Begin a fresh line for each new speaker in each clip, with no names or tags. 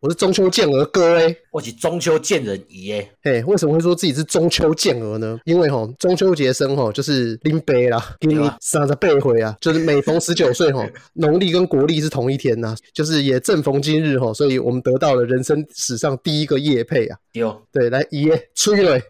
我是中秋健儿哥哎、
我是中秋见人仪耶，
嘿，为什么会说自己是中秋健儿呢？因为吼中秋节生吼就是拎杯啦，给你三十倍回啊，就是每逢十九岁吼，农历跟国历是同一天呐、就是也正逢今日吼，所以我们得到了人生史上第一个业配啊。
对，
对，来爷吹了，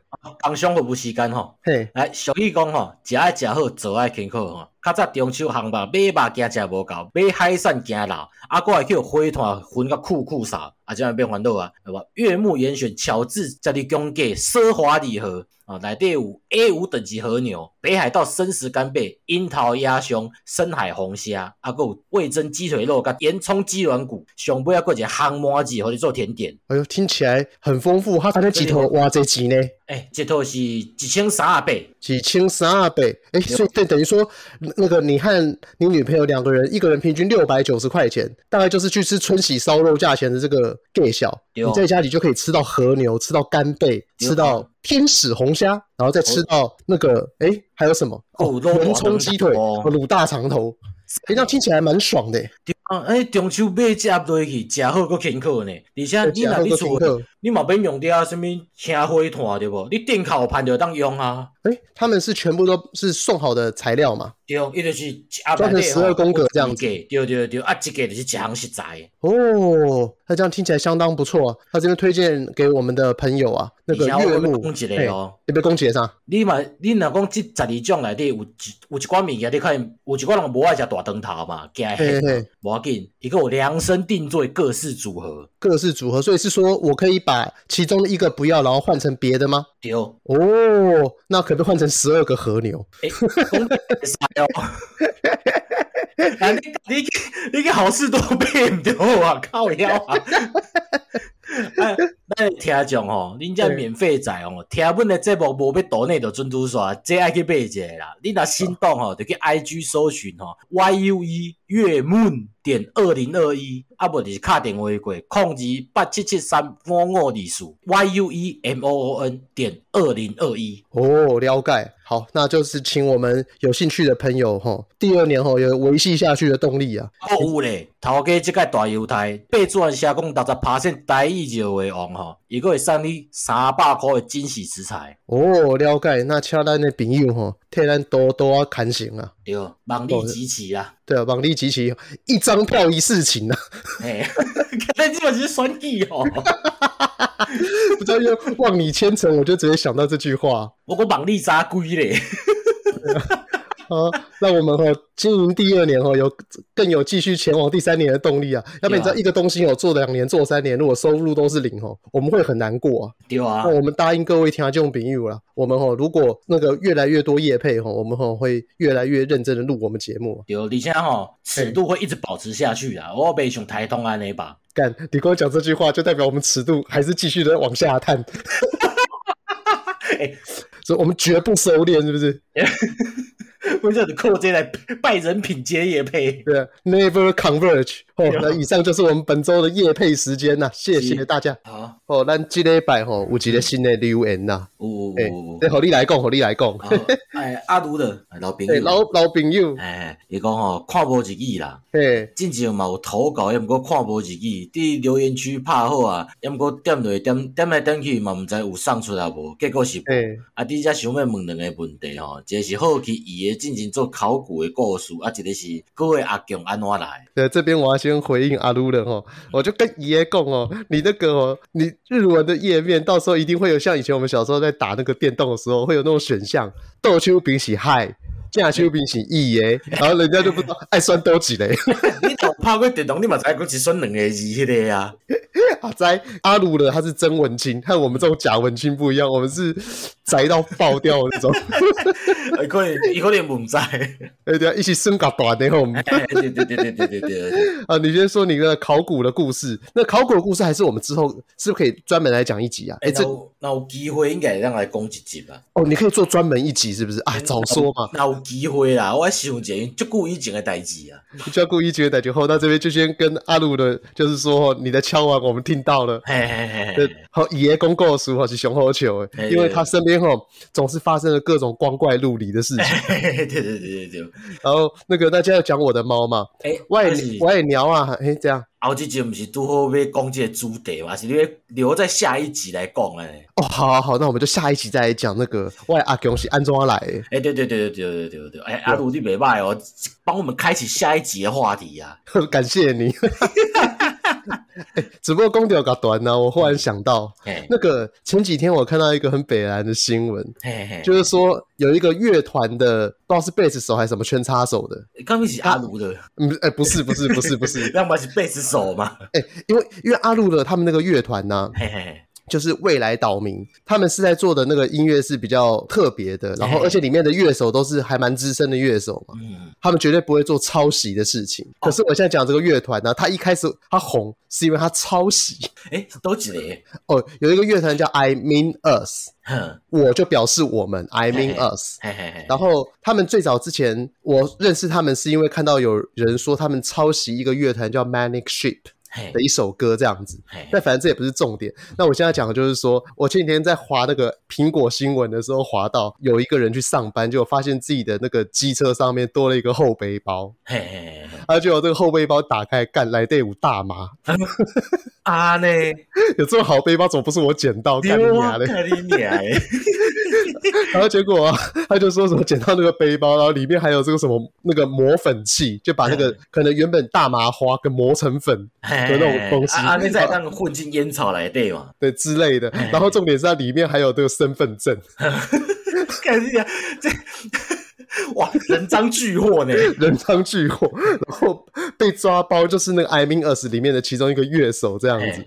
工商服务时间吼，
嘿，
来俗语讲吼，食爱食好，做爱勤苦吼。较早中秋项目买肉惊食无够，买海产惊老，啊，搁会去火炭熏甲酷酷扫，啊，即样变烦恼啊，对吧？悦目严选巧制这里供给奢华礼盒啊，内底有 A 五等级和牛、北海道生食干贝、樱桃鸭胸、深海红虾，啊，搁有味增鸡腿肉、甲盐葱鸡软骨，上尾啊，搁有一个烘麻子，互你做甜点。
哎呦，听起来很丰富，他才那几头哇，这集呢？
诶、这套是一千三啊八。
几千三二倍，哎，所以对，等于说那个你和你女朋友两个人，一个人平均六百九十块钱，大概就是去吃春喜烧肉价钱的这个 gay 小，
对
你
哦
在家里就可以吃到和牛，吃到干贝，
对哦
吃到天使红虾，然后再吃到那个哎还有什么
哦
哦，
肉
文
丸
葱鸡腿、
哦
卤大肠头，哎，那听起来蛮爽的，
对啊，哎，中秋买食落去，食好搁轻巧呢。而且你
然
若
后
你
个
厝
听
的，
课。
你嘛免用啊了啥物青灰炭对无？你电烤盘就当用啊。
哎，他们是全部都是送好的材料嘛？
对，伊就是一盒
装成
内底吼
12宫格这样子
有一个对对对，啊，一个就是一项食材。
哦，那这样听起来相当不错啊。他这边推荐给我们的朋友啊，那个
而且
岳
我要
母，
讲一
嘿
个哦，
你被攻击上，
你嘛，你若讲即十二种内底有一有一寡物件，你看有一寡人无爱食大肠头嘛，惊
嘿
黑。
哎嘿，
无要紧，伊个有量身定做各式组合。
各式组合，所以是说我可以把其中的一个不要，然后换成别的吗？
对，
哦，那可不可以换成十二个和牛？
哎，讲得会使哦。啊，你你去你去好事多买唔着啊，靠腰啊！啊，咱的听众吼，恁遮免费仔哦，听阮的节目无要岛内就准拄煞，这爱去买一个啦。你若心动吼，就去 I G 搜寻吼，Y U E 月 moon 点二零二一，啊无就是敲电话过，控制八七七三五五二四，Y U E M O O N 点二零二一。
哦，了解。好，那就是请我们有兴趣的朋友吼，第二年吼有维系下去的动力啊。
哦，有咧，头家即个大犹太，八主任写讲六十拍线台语就会王吼，伊个会送你三百箍的惊喜食材，
哦，了解。那请咱的朋友吼，替咱多多啊看行啊。
对，望你支持啊！
对啊，网力集齐，一张票一事情啊，
嘿， 咱即嘛是选举吼，
不知道因为望你千层，我就直接想到这句话
我讲望你早鬼咧，
啊。那我们哦，经营第二年哦，有更有继续前往第三年的动力啊。要不然你知道一个东西哦，做两年做三年，如果收入都是零哦，我们会很难过啊。
对啊
那，我们答应各位听众朋友啦，我们哦，如果那个越来越多业配哦，我们哦会越来越认真的录我们节目啊。
对，而且吼尺度会一直保持下去啊，我袂像台通安尼吧。
干，你跟我讲这句话，就代表我们尺度还是继续的往下探。
哎
所以我们绝不收敛，是不是？
为啥你靠这来拜人品接业配？
对，Never 啊 Converge。哦，
对啊
那以上就是我们本周的夜配时间呐、谢谢
是
大家。
好，
哦，咱这礼拜吼有一个新的留言呐、
有有
诶、
有有
对，好你来讲，好你来讲。
好哎，阿如的老朋
对，
友，
老老朋友，
哎，伊讲吼看无一语啦。
嘿，
进前嘛有投稿，也毋过看无日记，伫留言区拍好啊，也毋过点落去点点来点去嘛，毋知有送出来无，结果是无。
嘿，
啊，你才想要问两个问题吼，一个是好奇伊诶进前做考古诶故事，啊，一个是各位阿强安怎来？
对，这边我要先回应阿鲁了吼，我就跟爷爷讲哦，你那个哦，你日文的页面到时候一定会有像以前我们小时候在打那个电动的时候，会有那种选项，豆秋饼喜嗨，架秋饼喜意耶，然后人家就不知 道爱酸多几嘞。
你若有拍过电动，你嘛知影佫是选两个字迄个啊。
阿宅阿鲁的他是真文青，和我们这种假文青不一样，我们是宅到爆掉的那种。
伊可能伊可能毋知。
哎，对啊，一起升搞短的我们
哎对对对对对 对对，
啊，你先说你的考古的故事，那考古的故事还是我们之后是不是可以专门来讲一集啊？哎，
哎，
这
若有若有机会应该会当来讲一集啦。
哦，你可以做专门一集是不是
哎
啊？早说嘛，
若有机会啦，我想者足久以前诶代志啊。
照顾一集的感觉后，那这边就先跟阿鲁的，就是说哦你的敲完我们听到了。
嘿嘿嘿
呃
嘿。，
好，爷公告诉我是熊猴球，
哎
因为他身边边哦，总是发生了各种光怪陆离的事情。
对对对对对，
然后那个大家要讲我的猫嘛，
诶，
外
但是
外鸟啊，哎，这样
后一集毋是拄好要讲即个主题嘛，还是你要留在下一集来讲诶。
哦，好好好，那我们就下一集再来讲那个外阿雄是安装来的。
诶，对对对对对对对对，诶，阿鲁你袂歹哦，帮我们开启下一集的话题啊。
感谢你。欸只不过公调搞短呢，我忽然想到，
嘿，
那个前几天我看到一个很北蓝的新闻，
嘿嘿，
就是说有一个乐团的，不知道是贝斯手还是什么圈插手的，
刚咪是阿鲁的，
嗯，哎、不是，不是，不是，不 是，
要么是贝斯手嘛。
哎、因为因为阿路的他们那个乐团呢，
嘿嘿嘿，
就是未来岛民，他们是在做的那个音乐是比较特别的，
哎
然后而且里面的乐手都是还蛮资深的乐手嘛，
嗯，
他们绝对不会做抄袭的事情。可是我现在讲这个乐团呢，他一开始他红是因为他抄袭。
诶，都一个，
哦，有一个乐团叫 I Mean Us，
哼，
我就表示我们 I Mean
嘿嘿
Us。
嘿嘿嘿，
然后他们最早之前，我认识他们是因为看到有人说他们抄袭一个乐团叫 Manic Sheep
嘿
的一首歌这样子。
嘿
但反正这也不是重点。那我现在讲的就是说，我前几天在划那个苹果新闻的时候，划到有一个人去上班，就发现自己的那个机车上面多了一个后背包，
嘿嘿嘿，
他就有这个后背包打开，干来队伍大麻，
啊呢，
有这么好背包，怎么不是我捡到？干你
丢
娘
啊，
嘞！
看你娘 的，
然后结果、啊、他就说什么捡到那个背包，然后里面还有这个什么那个磨粉器，就把那
嗯
个可能原本大麻花给磨成粉，
嘿
那种东西
啊啊，你在当混进烟草来对嘛？
对之类的。
嗯
然后重点是它里面还有这个身份证，
看你啊，这哇，人赃俱获呢！
人赃俱 获。然后被抓包就是那个《I Mean Us》里面的其中一个乐手这样子。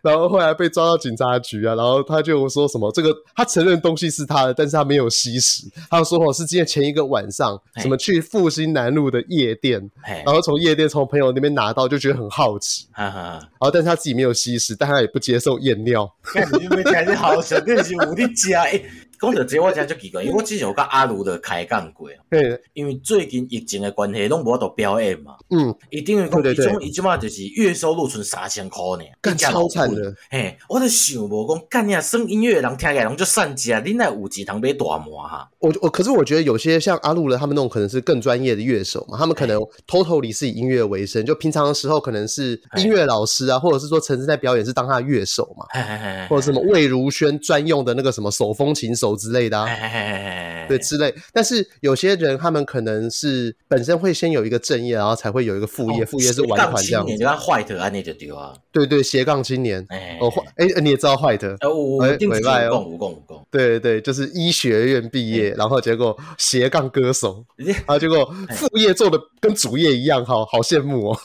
然后后来被抓到警察局啊，然后他就说什么这个他承认东西是他的，但是他没有吸食，他说我是今天前一个晚上
哎
什么去复兴南路的夜店。
嘿
然后从夜店从朋友那边拿到，就觉得很好奇。
哈哈，
然后，但是他自己没有吸食，但他也不接受验尿。
看你有没有听你好笑，你是有你食诶。讲到这，我真足奇怪，因为我之前有甲阿如的开讲过，啊
对，
因为最近疫情的关系，拢无法度表演嘛。
嗯，
伊等于讲，
对
伊
对对
种伊即马就是月收入剩三千箍呢，
干
一家
超
老
惨
困
的。
嘿，我就想无讲，干你啊，耍音乐的人听起来拢就善食，你那有钱通买大麻啊哈？
我我可是我觉得有些像阿路了，他们那种可能是更专业的乐手嘛，他们可能 totally 是以音乐为生，就平常的时候可能是音乐老师啊，或者是说曾经在表演是当他的乐手嘛，
嘿嘿嘿，
或者什么魏如萱专用的那个什么手风琴手之类的
嘿
啊。
嘿嘿嘿嘿，
对，之类，但是有些人他们可能是本身会先有一个正业，然后才会有一个副
哦
业，副业是玩团这样
你。就跟坏的安尼就对啊。
对对，斜杠青年，
哎，
哦，坏，哎、你也知道坏的，
哎，我
哎
我一定是有
袂歹哦
讲有讲有讲，
对对，就是医学院毕业，然后结果斜杠歌手，
你
然啊后结果副业做的跟主业一样，好好羡慕哦。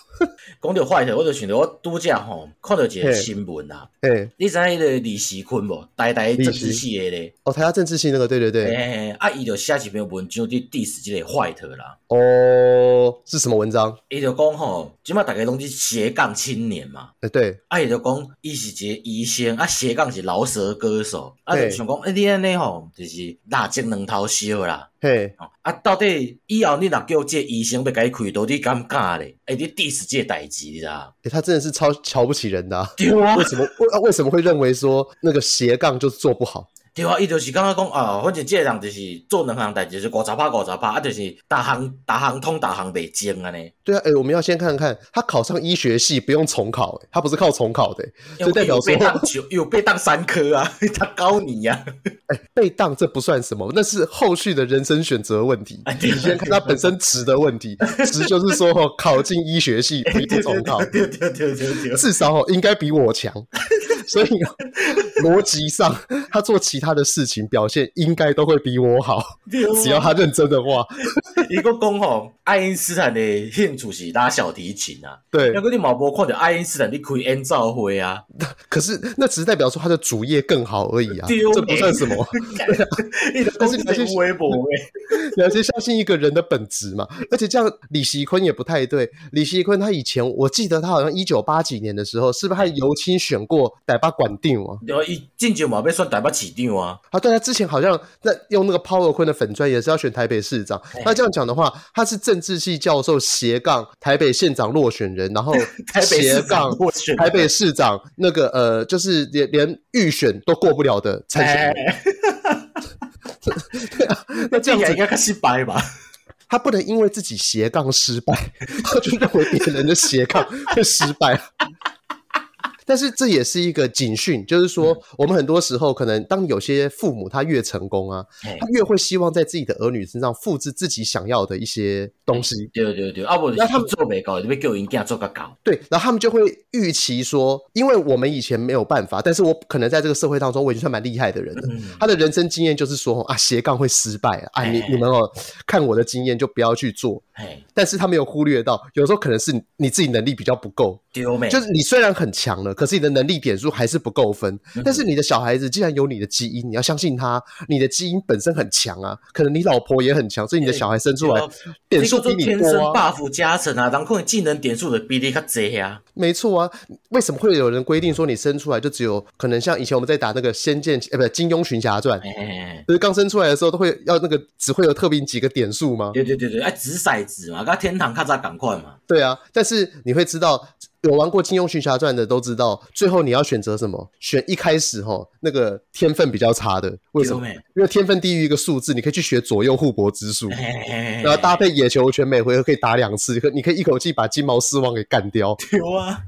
讲到坏的，我就想到我拄则吼，看到一
嘿
个新闻啊，
哎，
你知影迄个李时坤无？台台政治系的咧，
哦，台大政治系那个，对对对，
诶，啊，伊就写一篇文章去 diss 即个坏的啦。
哦，是什么文章？
伊就讲吼，即马逐个拢是斜杠青年嘛，
哎，对，
啊，伊就讲伊是一个医生，啊，斜杠是饶舌歌手，啊，
嘿
就想讲，诶、你安尼吼，就是蜡烛两头烧啦。
嘿，
吼啊，到底以后你若叫这个医生要甲伊开刀，你敢敢咧？诶、你 diss 这个代志你知道？
哎他真的是超瞧不起人的、啊。
对啊
为，什么为啊为什么会认为说那个斜杠就是做不好？
对啊，伊就是感觉讲啊，反正这个人就是做两项代志，就是五十拍五十拍，啊，就是逐项逐项通逐项袂精安尼。
对啊，哎，我们要先看看他考上医学系不用重考、哎他不是靠重考的、哎所以代表说
有被当九，有被当三科啊， 他高你啊呀、
哎被当这不算什么，那是后续的人生选择问题。
啊。
你先看他本身值的问 题，值就是说哦，考进医学系不用重考，
对对对对对，
至少哦应该比我强，所以哦逻辑上他做其他的事情表现应该都会比我好，
啊
只要他认真的话，
一个讲吼，爱因斯坦的兴趣是拉小提琴啊，
对
那。个你嘛无看着爱因斯坦你开演奏会啊，
可是那只是代表说他的主业更好而已啊，
丢
这不算什么。啊
你都讲这是微博诶，
你要先相信一个人的本质嘛。而且这样，李习坤也不太对。李习坤他以前我记得他好像一九八几年的时候，是不是还尤青选过台北管定啊？
然后伊进前嘛要选台北市长啊，
啊，对他之前好像那用那个 Power 坤的粉砖也是要选台北市长。
哎
那这样讲的话，他是政治系教授斜杠台北县长落选人，然后
台北
斜
市
杠
长落选，
台北市长那个呃，就是连连预选都过不了的参选人。
哎
那这
这
样
个
子
应该开始掰吧？
他不能因为自己斜杠失败， 他就认为别人的斜杠会失败。啊但是这也是一个警讯，就是
嗯
说，我们很多时候可能当有些父母他越成功啊，
嘿
他越会希望在自己的儿女身上复制自己想要的一些东西，
对对对，啊无就
那
是
他们
做袂到，你要叫因囝做较到。
对，然后他们就会预期说，因为我们以前没有办法，但是我可能在这个社会当中我已经算蛮厉害的人了，
嗯，
他的人生经验就是说啊，斜杠会失败啊啊，你
哎
你们哦，看我的经验就不要去做，
嘿，
但是他没有忽略到，有时候可能是你你自己能力比较不够，
对咩？
就是你虽然很强了，可是你的能力点数还是不够分。
嗯
但是你的小孩子既然有你的基因，你要相信他，你的基因本身很强啊，可能你老婆也很强，所以你的小孩生出来
对
点
这
数
个做
比你
天生
多啊，
buff 加成啊，人可能技能点数的比例较侪啊。
没错啊。为什么会有人规定说你生出来就只有可能像以前我们在打那个《仙剑》呃，不《金庸群侠传》，
嘿嘿嘿，
就是刚生出来的时候都会要那个只会有特定几个点数吗？
对对对对，啊，掷骰子嘛，甲天堂较早赶快嘛。
对啊，但是你会知道，有玩过《金庸群侠传》的都知道，最后你要选择什么？选一开始哈那个天分比较差的，为什么
对？
因为天分低于一个数字，你可以去学左右互搏之术，
嘿嘿嘿，
然后搭
大
配野球拳，每回合可以打两次，可你可以一口气把金毛狮王给干掉。
丢啊，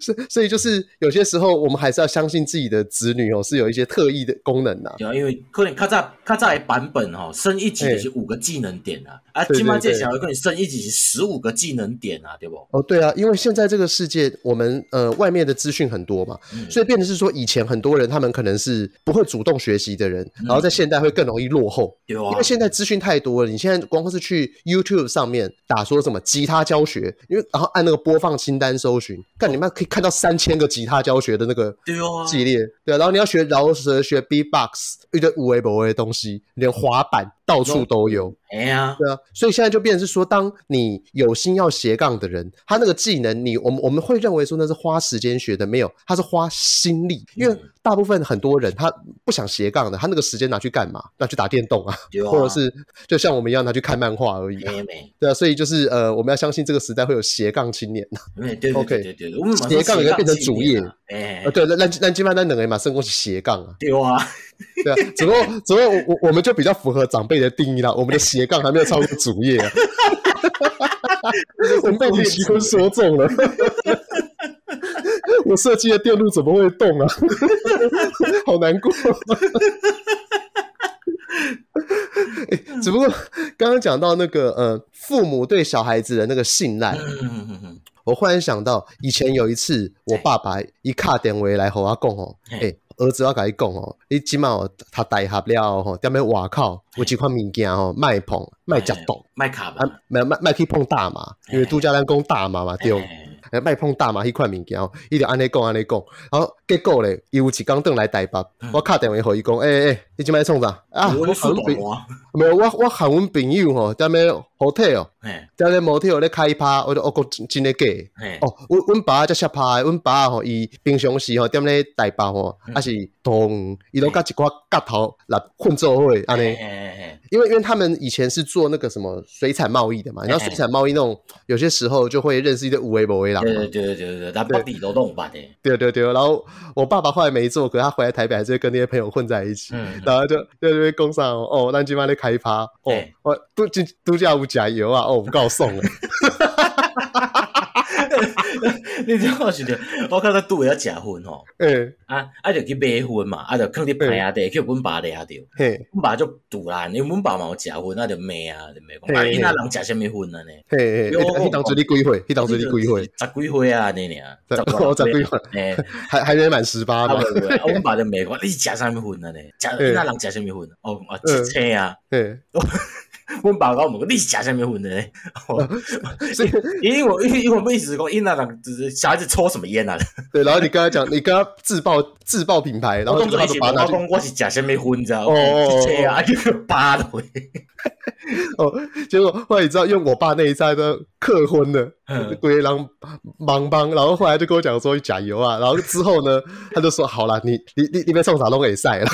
所所以就是有些时候，我们还是要相信自己的子女哦，是有一些特异的功能呐、啊。
对啊，因为可能较早较早的版本吼、升一级就是五个技能点啊，啊，
对对
今麦这
对
小孩可能升一级是十五个技能点啊，对不？
哦，对啊，因为现在这个世界，我们呃外面的资讯很多嘛，
嗯
所以变成是说，以前很多人他们可能是不会主动学习的人，然后在现代会更容易落后，
对啊
因为，现在资讯太多了。你现在光是去 YouTube 上面打说什么吉他教学，因为然后按那个播放清单搜寻，干你妈可以看到三千个吉他教学的那个
对啊，
系列，对啊，然后你要学饶舌、学 B-box，一堆无为不为的东西，连滑板到处都有。
哎呀、
对啊，所以现在就变成是说，当你有心要斜杠的人，他那个技能你，我们我们会认为说那是花时间学的，没有，他是花心力，因为
嗯
大部分很多人他不想斜杠的，他那个时间拿去干嘛？拿去打电动啊，
对啊，
或者是就像我们一样拿去看漫画而已、啊。
嘿没。
对啊，所以就是呃，我们要相信这个时代会有斜杠青年啊。
对对对
OK
对对对，我们马上
斜杠也变成主业
哎
呃，，对，那那那基本上那冷人嘛，生过是斜杠啊。
对啊，
对啊，只不过只不过我我我们就比较符合长辈的定义啦，我们的斜杠还没有超过主业啊。我被你奇坤说中了， 我设计的电路怎么会动啊？ 好难过。 诶哎只不过刚刚讲到那个呃，父母对小孩子的那个信赖，
嗯嗯嗯嗯，
我忽然想到，以前有一次，我爸爸一卡电话来和我讲哦，
嘿
诶、儿子我甲你讲哦，你即满哦，读大学了吼，踮咧外口有一款物件吼，卖碰卖食毒，
麦卡吧
啊，，卖卖卖去碰大麻，因为
嘿
杜家咱讲大麻嘛对，哦
嘿
诶卖碰大麻迄款物件哦，伊就安尼讲安尼讲，然后结果咧，伊有一工转来台北
嗯，
我卡电话互伊讲，诶诶，你即摆创啥啊？
我
我
的速
喊
度
阮朋
啊，
没有，我我喊阮朋友吼，踮咧 hotel，
哎
踮咧 motel 咧开趴，我就我讲真诶假的。
哎，
哦，阮阮爸才下拍的，阮爸吼，伊平常时吼踮咧台北吼，
嗯
还是同伊拢甲一寡角头来混做伙安
嘿
尼。
嘿嘿
因为因为他们以前是做那个什么水产贸易的嘛，然后水产贸易那种有些时候就会认识一堆无为不为啦。
哎对对对对对对，咱北地都弄捌的，
对对对，然后我爸爸后来没做，可是他回来台北还是会跟那些朋友混在一起。
嗯，
然后就就就会供上哦，哦咱今晚咧开趴哦
嘿，
我度度度假有加油啊，哦，我告送 了。
你这样是着，我看到拄要食薰吼，
嗯
啊啊就去买薰嘛，啊就放伫牌仔底，去阮爸掠着，
嘿
阮爸就堵啦，因为阮爸嘛有食薰，啊就骂啊，就骂讲，啊
嘿嘿
囡仔人食啥物薰啊呢？
嘿嘿，
对我
迄当初你几岁？迄当初你几岁？
十几岁啊，你俩，
对
外
我十几岁
哎，
还还没满十八
啊
嘛
不？不不，啊阮爸就骂讲，你食啥物薰啊呢？食
嗯
那人食啥物薰？哦啊，
嗯
一车啊，
对，
阮爸甲我问讲，你是食啥物薰的呢？
所以
因为 我因为我们意思是讲，因那人就是小孩子抽什么烟啊？
对，然后你跟他讲，你跟他自报自报品牌，然后
我
就
当
他
初
就
一
把
我
它拿去
讲我是食什么薰，你知道吗？
哦哦哦
一车啊，就去扒落 去。
哦，结果后来你知道，用我爸那一代都克昏了
嗯，
鬼狼忙帮，然后后来就跟我讲 说加油啊，然后之后呢，他就说好了，你你你你被送啥都给晒了，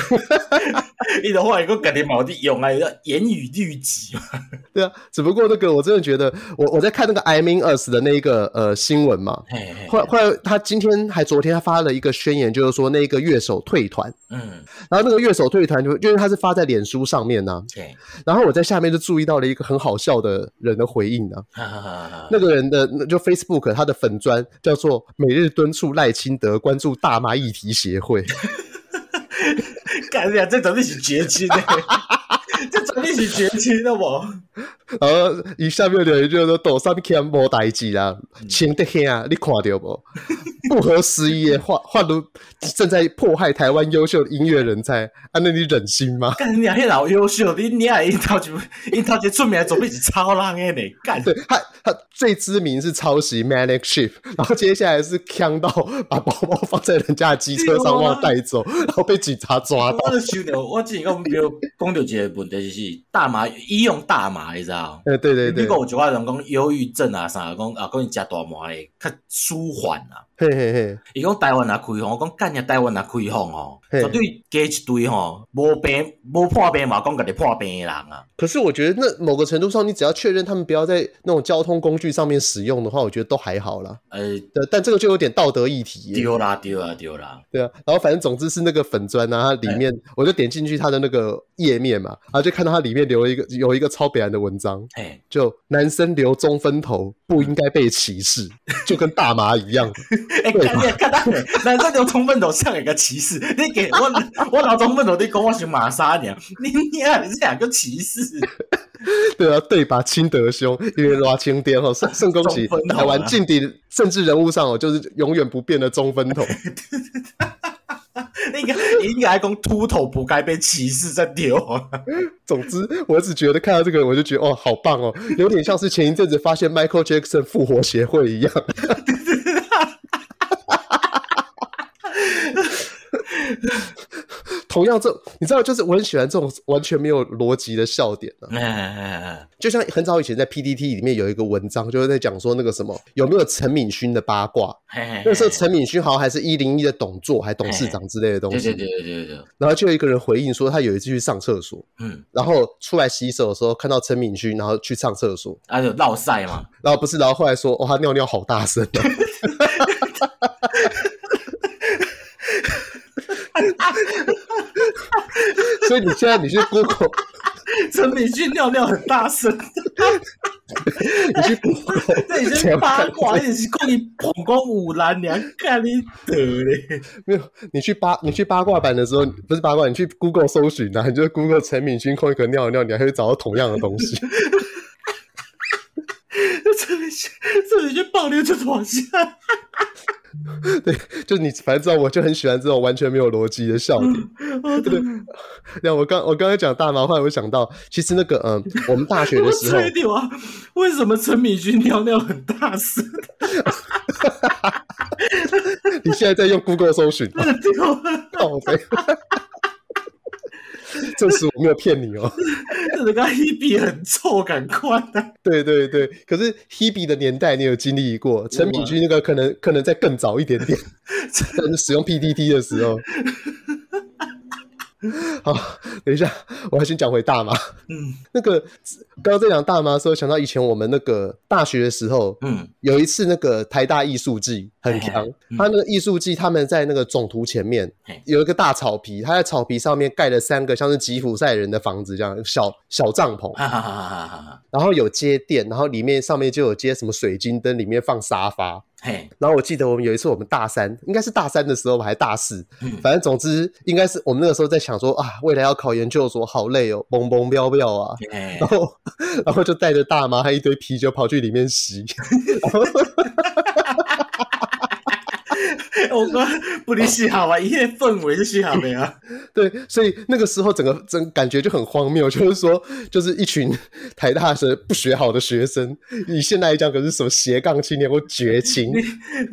你的话，你个家己毛地用啊，言语律己嘛。
对啊，只不过那个我真的觉得，我我在看那个 I mean us 的那一个呃新闻嘛，
嘿 嘿
后来后来他今天还昨天他发了一个宣言，就是说那个乐手退团，
嗯，
然后那个乐手退团就因为他是发在脸书上面啊呢、
对，
然后我在下面就注意到了一个很好笑的人的回应呢、啊
哈哈哈哈
那个人的那就 Facebook 他的粉砖叫做每日敦促赖清德关注大麻议题协会，
干呀，这绝对是绝亲的， 这绝对是绝亲的不？
然后一下面留言就说抖上面看无代志啦，请得黑啊，你看到不？不合时宜的话，话都正在迫害台湾优秀的音乐人才，啊，那你忍心吗？
干你啊，那老优秀，你你啊，樱桃就樱桃就出名的，总比是超人的呢，干。
对他，他最知名是抄袭 Manic Shift，然后接下来是呛到把包包放在人家的机车上忘带走，然后被警察抓到。
我就想到，我之前讲，比如讲到一个问题，就是大麻医用大麻，你知道？
呃，对对对
你讲，有一寡人讲忧郁症啊啥，讲啊讲伊食大麻会较舒缓啊。
嘿嘿嘿，
伊讲台湾若开放，我讲干呀台湾若开放吼，
嘿
绝对加一堆吼，无病无破病嘛，讲家己破病的人啊。
可是我觉得那某个程度上，你只要确认他们不要在那种交通工具上面使用的话，我觉得都还好啦。
呃，
呃，但这个就有点道德议题耶。
对啦对啦对啦，
对啊，然后反正总之是那个粉砖啊，它里面我就点进去它的那个页面嘛，然后就看到它里面留了一个有一个超北岸的文章，
嘿，
就男生留中分头不应该被歧 视，就跟大麻一样。
哎
对
干呀干到嘞，难怪刘聪笨头上一个歧视，你给我我老聪笨头你讲我是玛莎娘，你你啊你是两个歧视，
对啊，对吧？亲德兄，因为拉青天哦， 圣圣公喜
中分头啊
台湾劲敌政治人物上哦，就是永远不变的中分 头。
你应该你应该讲秃头不该被歧视才对哦。
总之，我只觉得看到这个，我就觉得哦，好棒哦，有点像是前一阵子发现 Michael Jackson 复活协会 一样。同样这，你知道，就是我很喜欢这种完全没有逻辑的笑点啊。
哎哎哎
就像很早以前在 PDT 里面有一个文章，就是在讲说那个什么有没有陈敏勋的八卦。
哎，
那时候陈敏勋好像还是一零一的董座，还董事长之类的东
对
西
对。对对对对，
然后就有一个人回应说，他有一次去上厕所，
嗯，
然后出来洗手的时候看到陈敏勋，然后去上厕所，
啊就绕赛嘛，
然后不是，然后后来说，哦，他尿尿好大声、啊， 所以你现在你去 Google，
陈敏俊尿尿很大声，
你去 Google，
这已经
前
是
面
八卦，也是讲你捧光五兰娘，看你得嘞，
没有，你去八你去八卦版的时候，不是八卦，你去 Google 搜寻啊，你 就 Google 陈敏勋空一个尿尿，你还会找到同样的东 西。
这陈敏俊，陈敏俊爆料就是往下，
就你反正知道，我就很喜欢这种完全没有逻辑的笑 点。
我
对，那我刚我刚刚讲大麻，后来我想到，其实那个 嗯，我们大学的
我
时候，
吹牛啊，为什么陈敏俊尿尿很大声？
你现在在用 Google 搜 寻哦吗？
丢，
靠 背，证实我没有骗你哦。
这个 Hebe 很臭，赶快的，
对对对，可是 Hebe 的年代你有经历过，陈敏君那个可能可能再更早一点点，在使用 PDT 的时候。好，等一下，我还先讲回大麻。
嗯
那个刚刚在讲大麻的时候，想到以前我们那个大学的时候，
嗯，
有一次那个台大艺术季很
嘿嘿
强，
嗯
他那个艺术季他们在那个总图前面
嘿
有一个大草皮，他在草皮上面盖了三个像是吉普赛人的房子这样小小帐篷，
哈哈哈哈哈哈，
然后有接电，然后里面上面就有接什么水晶灯，里面放沙发。
嘿，
然后我记得我们有一次我们大三，应该是大三的时候吧，还大四
嗯，
反正总之应该是我们那个时候在想说啊，未来要考研究所好累哦，蹦蹦飙飙啊，
嘿
然后然后就带着大妈和一堆啤酒跑去里面洗， 然后
我讲不离嘻哈吧，伊个氛围是嘻哈的啊。
对，所以那个时候整个整感觉就很荒谬，就是说，就是一群台大生不学好的学生，以现在来讲，可是什么斜杠青年或绝情，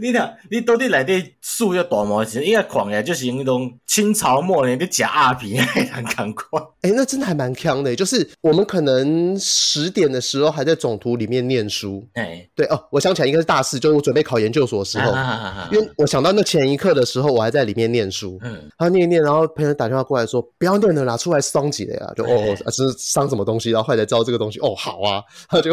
你俩，你到底内底输要大毛钱？伊个狂诶，就是迄种清朝末年咧食鸦片诶人感觉。
哎、那真的还蛮强的。就是我们可能十点的时候还在总图里面念书，
哎，
对哦，我想起来应该是大四，就是我准备考研究所的时候，
啊
因为我想到那前一刻的时候，我还在里面念书，
嗯，
他念一念，然后朋友打电话过来说：“不要念了啦，出来伤几的呀！”就
对
哦，啊这是伤什么东西？然后后来才知道这个东西，哦，好啊， 他就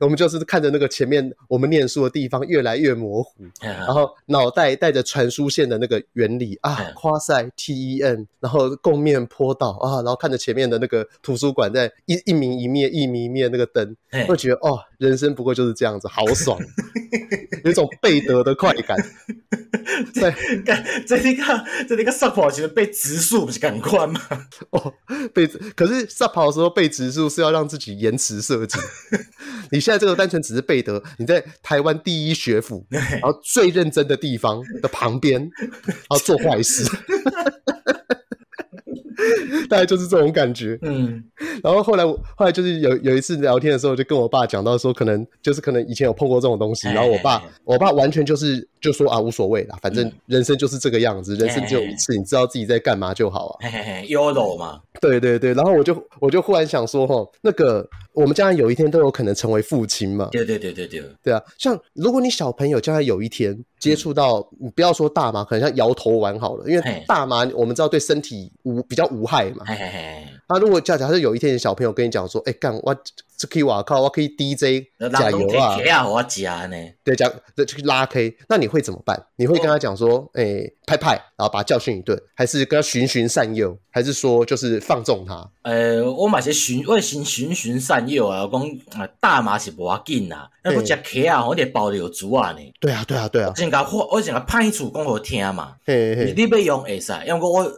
我们就是看着那个前面我们念书的地方越来越模糊，然后脑袋带着传输线的那个原理啊
嗯，
夸塞 T E N，然后共面坡道啊，然后看着前面的那个图书馆在一一明一灭一明一灭那个灯，
嘿
会觉得哦，人生不过就是这样子，好爽，有一种被得的快感。
干这你看，这你看上跑其实被植树不是赶快吗？
哦，被可是上跑的时候被植树是要让自己延迟射 击。你现在这个单纯只是背德，你在台湾第一学府，然后最认真的地方的旁边，然后做坏事， 大概就是这种感觉。
嗯，
然后后来我后来就是有有一次聊天的时候，就跟我爸讲到说，可能就是可能以前有碰过这种东西，
哎
然后我爸
哎哎
我爸完全就是就说啊无所谓啦，反正
嗯
人生就是这个样子，人生只有
哎哎
一
哎
次，你知道自己在干嘛就好啊。
嘿嘿嘿，Euro 嘛，
对对对，然后我就我就忽然想说，吼，那个我们将来有一天都有可能成为父亲嘛，
对对对对对，
对啊，像如果你小朋友将来有一天接触到，你不要说大麻，可能像摇头丸好了，因
嘿
为大麻我们知道对身体无比较无害嘛。
嘿嘿嘿，
他、如果假假设有一天小朋友跟你讲说，哎干我这可以哇靠，我可以 DJ
那
加
人
油
拢
啊
摕，起啊，我加呢，
对，讲对去拉 K，那你会怎么办？你会跟
哦
他讲说，哎、拍拍，然后把他教训一顿，还是跟他循循善诱，还是说就是放纵他？
呃，我嘛是循，我是循循善诱啊，讲啊大麻是无要紧啦，那我食茄啊，我得保留住啊呢。
对啊，对啊，对啊
我，先甲我我先甲派出讲互听嘛，
嘿嘿。
你要用会使，要毋过我，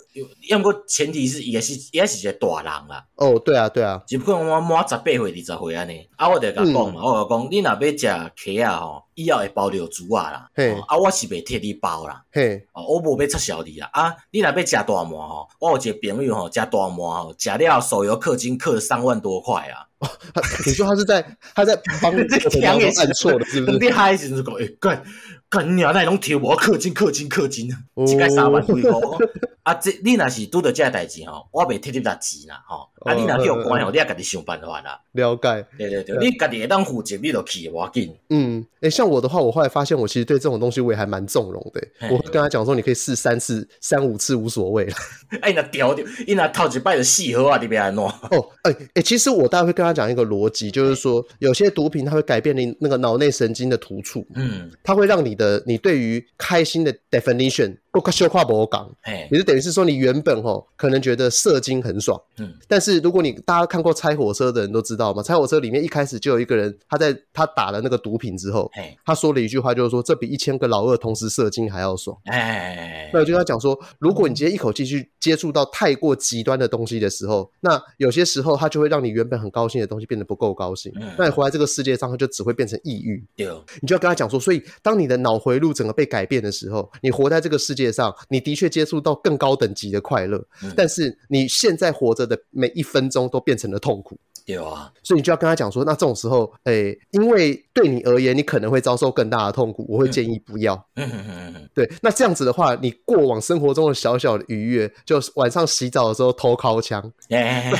要毋过前提是伊也是伊也是一个大人啦，
哦，对啊，对啊，
只不过我满十八岁二十岁安尼，啊我就甲讲
嗯
嘛，我就讲你若要食茄啊吼，以后会包留住啊啦，
嘿
哦啊我是袂替你包啦。
嘿，
哦，我无要插小你啦啊！你若要食大麻吼，我有一个朋友吼，食大麻吼，食了手游氪金氪了三万多块啊！
他你说他是在他在帮过程当中按错了，是不
当
是？
你嗨的时阵讲，哎、干干你啊，那拢听无氪金氪金氪金，
哦
一个三万几箍啊！这你若是拄着这代志吼，我袂替你拿钱啦吼。啊，
哦
你若叫我管
嗯
吼，你也家己想办法啦。
了解，
对对对，
嗯
你家己会当负责，你就去无要紧。
嗯，诶，像我的话，我后来发现我其实对这种东西我也还蛮纵容的、
嘿
我会跟他讲说，你可以试三次、三五次无所谓啦。
哎，若调着，伊若头一摆就死好啊，你要安怎？
哦，诶、诶，其实我大概会跟他讲一个逻辑，就是说有些毒品它会改变你那个脑内神经的突触，
嗯，
它会让你的你对于开心的 definition 够快修跨博港，
嘿，
也就等于是说，你原本哦可能觉得射精很爽，
嗯，
但是如果你大家看过《拆火车》的人都知道嘛，《拆火车》里面一开始就有一个人，他在他打了那个毒品之后，
嘿，
他说了一句话，就是说这比一千个老二同时射精还要爽。
哎，
那我就跟他讲说，如果你今天一口气去接触到太过极端的东西的时候，那有些时候它就会让你原本很高兴的东西变得不够高兴
嗯，
那你活在这个世界上，它就只会变成抑郁。
对，
你就要跟他讲说，所以当你的脑回路整个被改变的时候，你活在这个世界上，你的确接触到更高等级的快乐，
嗯
但是你现在活着的每一分钟都变成了痛苦。
对啊，
所以你就要跟他讲说，那这种时候，诶、因为对你而言，你可能会遭受更大的痛苦，我会建议不要。
嗯嗯嗯嗯。
对，那这样子的话，你过往生活中的小小的愉悦，就是晚上洗澡的时候偷靠枪，
哎，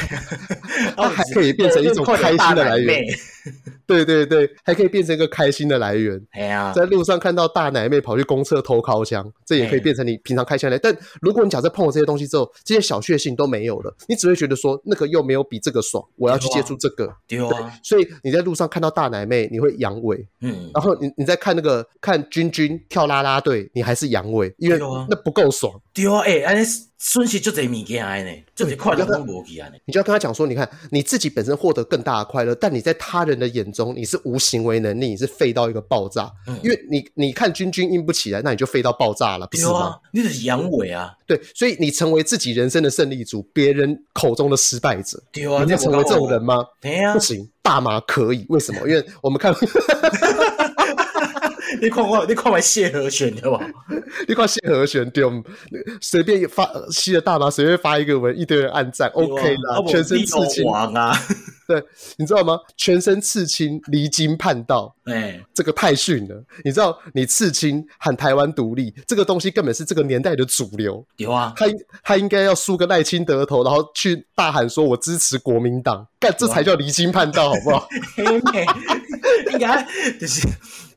它还可以变成一种开心的来源。对对对，还可以变成一个开心的来源。
哎呀，
在路上看到大奶妹跑去公厕偷靠枪，这也可
哎
以变成你平常开枪来。但如果你假设碰了这些东西之后，这些小确幸都没有了，你只会觉得说那个又没有比这个爽，我要去接触这个。
对啊，
所以你在路上看到大奶妹，你会阳痿；
嗯，
然后你你在看那个看君君跳啦啦队，你还是阳痿，因为
对啊
那不够爽。
对啊，哎，安尼损失足侪物件安尼，足侪快乐拢无去啊安尼。
你就要跟他讲说，你看你自己本身获得更大的快乐，但你在他人的眼中你是无行为能力，你是废到一个爆炸。
嗯
因为你你看君君硬不起来，那你就废到爆炸了，不
对
是吗？
啊，你就是阳痿啊，
对，所以你成为自己人生的胜利组，别人口中的失败者，
对啊，
你能成为这种人？吗？
哎呀
不，行，大麻可以，为什么？因为我们看，
你看我，你 看我谢和弦对吧？
你看谢和弦对吗，随便发呃吸了大麻，随便发一个文，一堆人按
啊
赞，OK 啦，全身刺青，
王啊，
对，你知道吗？全身刺青，离经叛道，
哎，
这个太逊了。你知道，你刺青喊台湾独立，这个东西根本是这个年代的主流，
对啊，
他应他应该要梳个赖清德头，然后去大喊说“我支持国民 党”，干这才叫离经叛道，好不好？
嘿妹，应该就是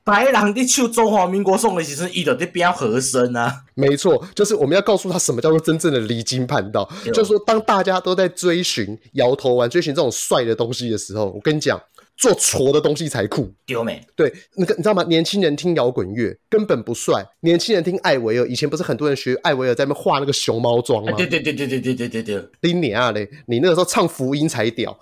白人伫唱中华民国颂的时阵，伊就伫边和声啊。
没错，就是我们要告诉他什么叫做真正的离经叛道。
对哦
就是说，当大家都在追寻摇头丸、追寻这种帅的东西的时候，我跟你讲，做挫的东西才酷。
对啊没？
对，你你知道吗？年轻人听摇滚乐根本不帅，年轻人听艾维尔，以前不是很多人学艾维尔在那边画那个熊猫妆
啊
吗？
对对对对对对对对对，
丁你啊嘞，你那个时候唱福音才屌，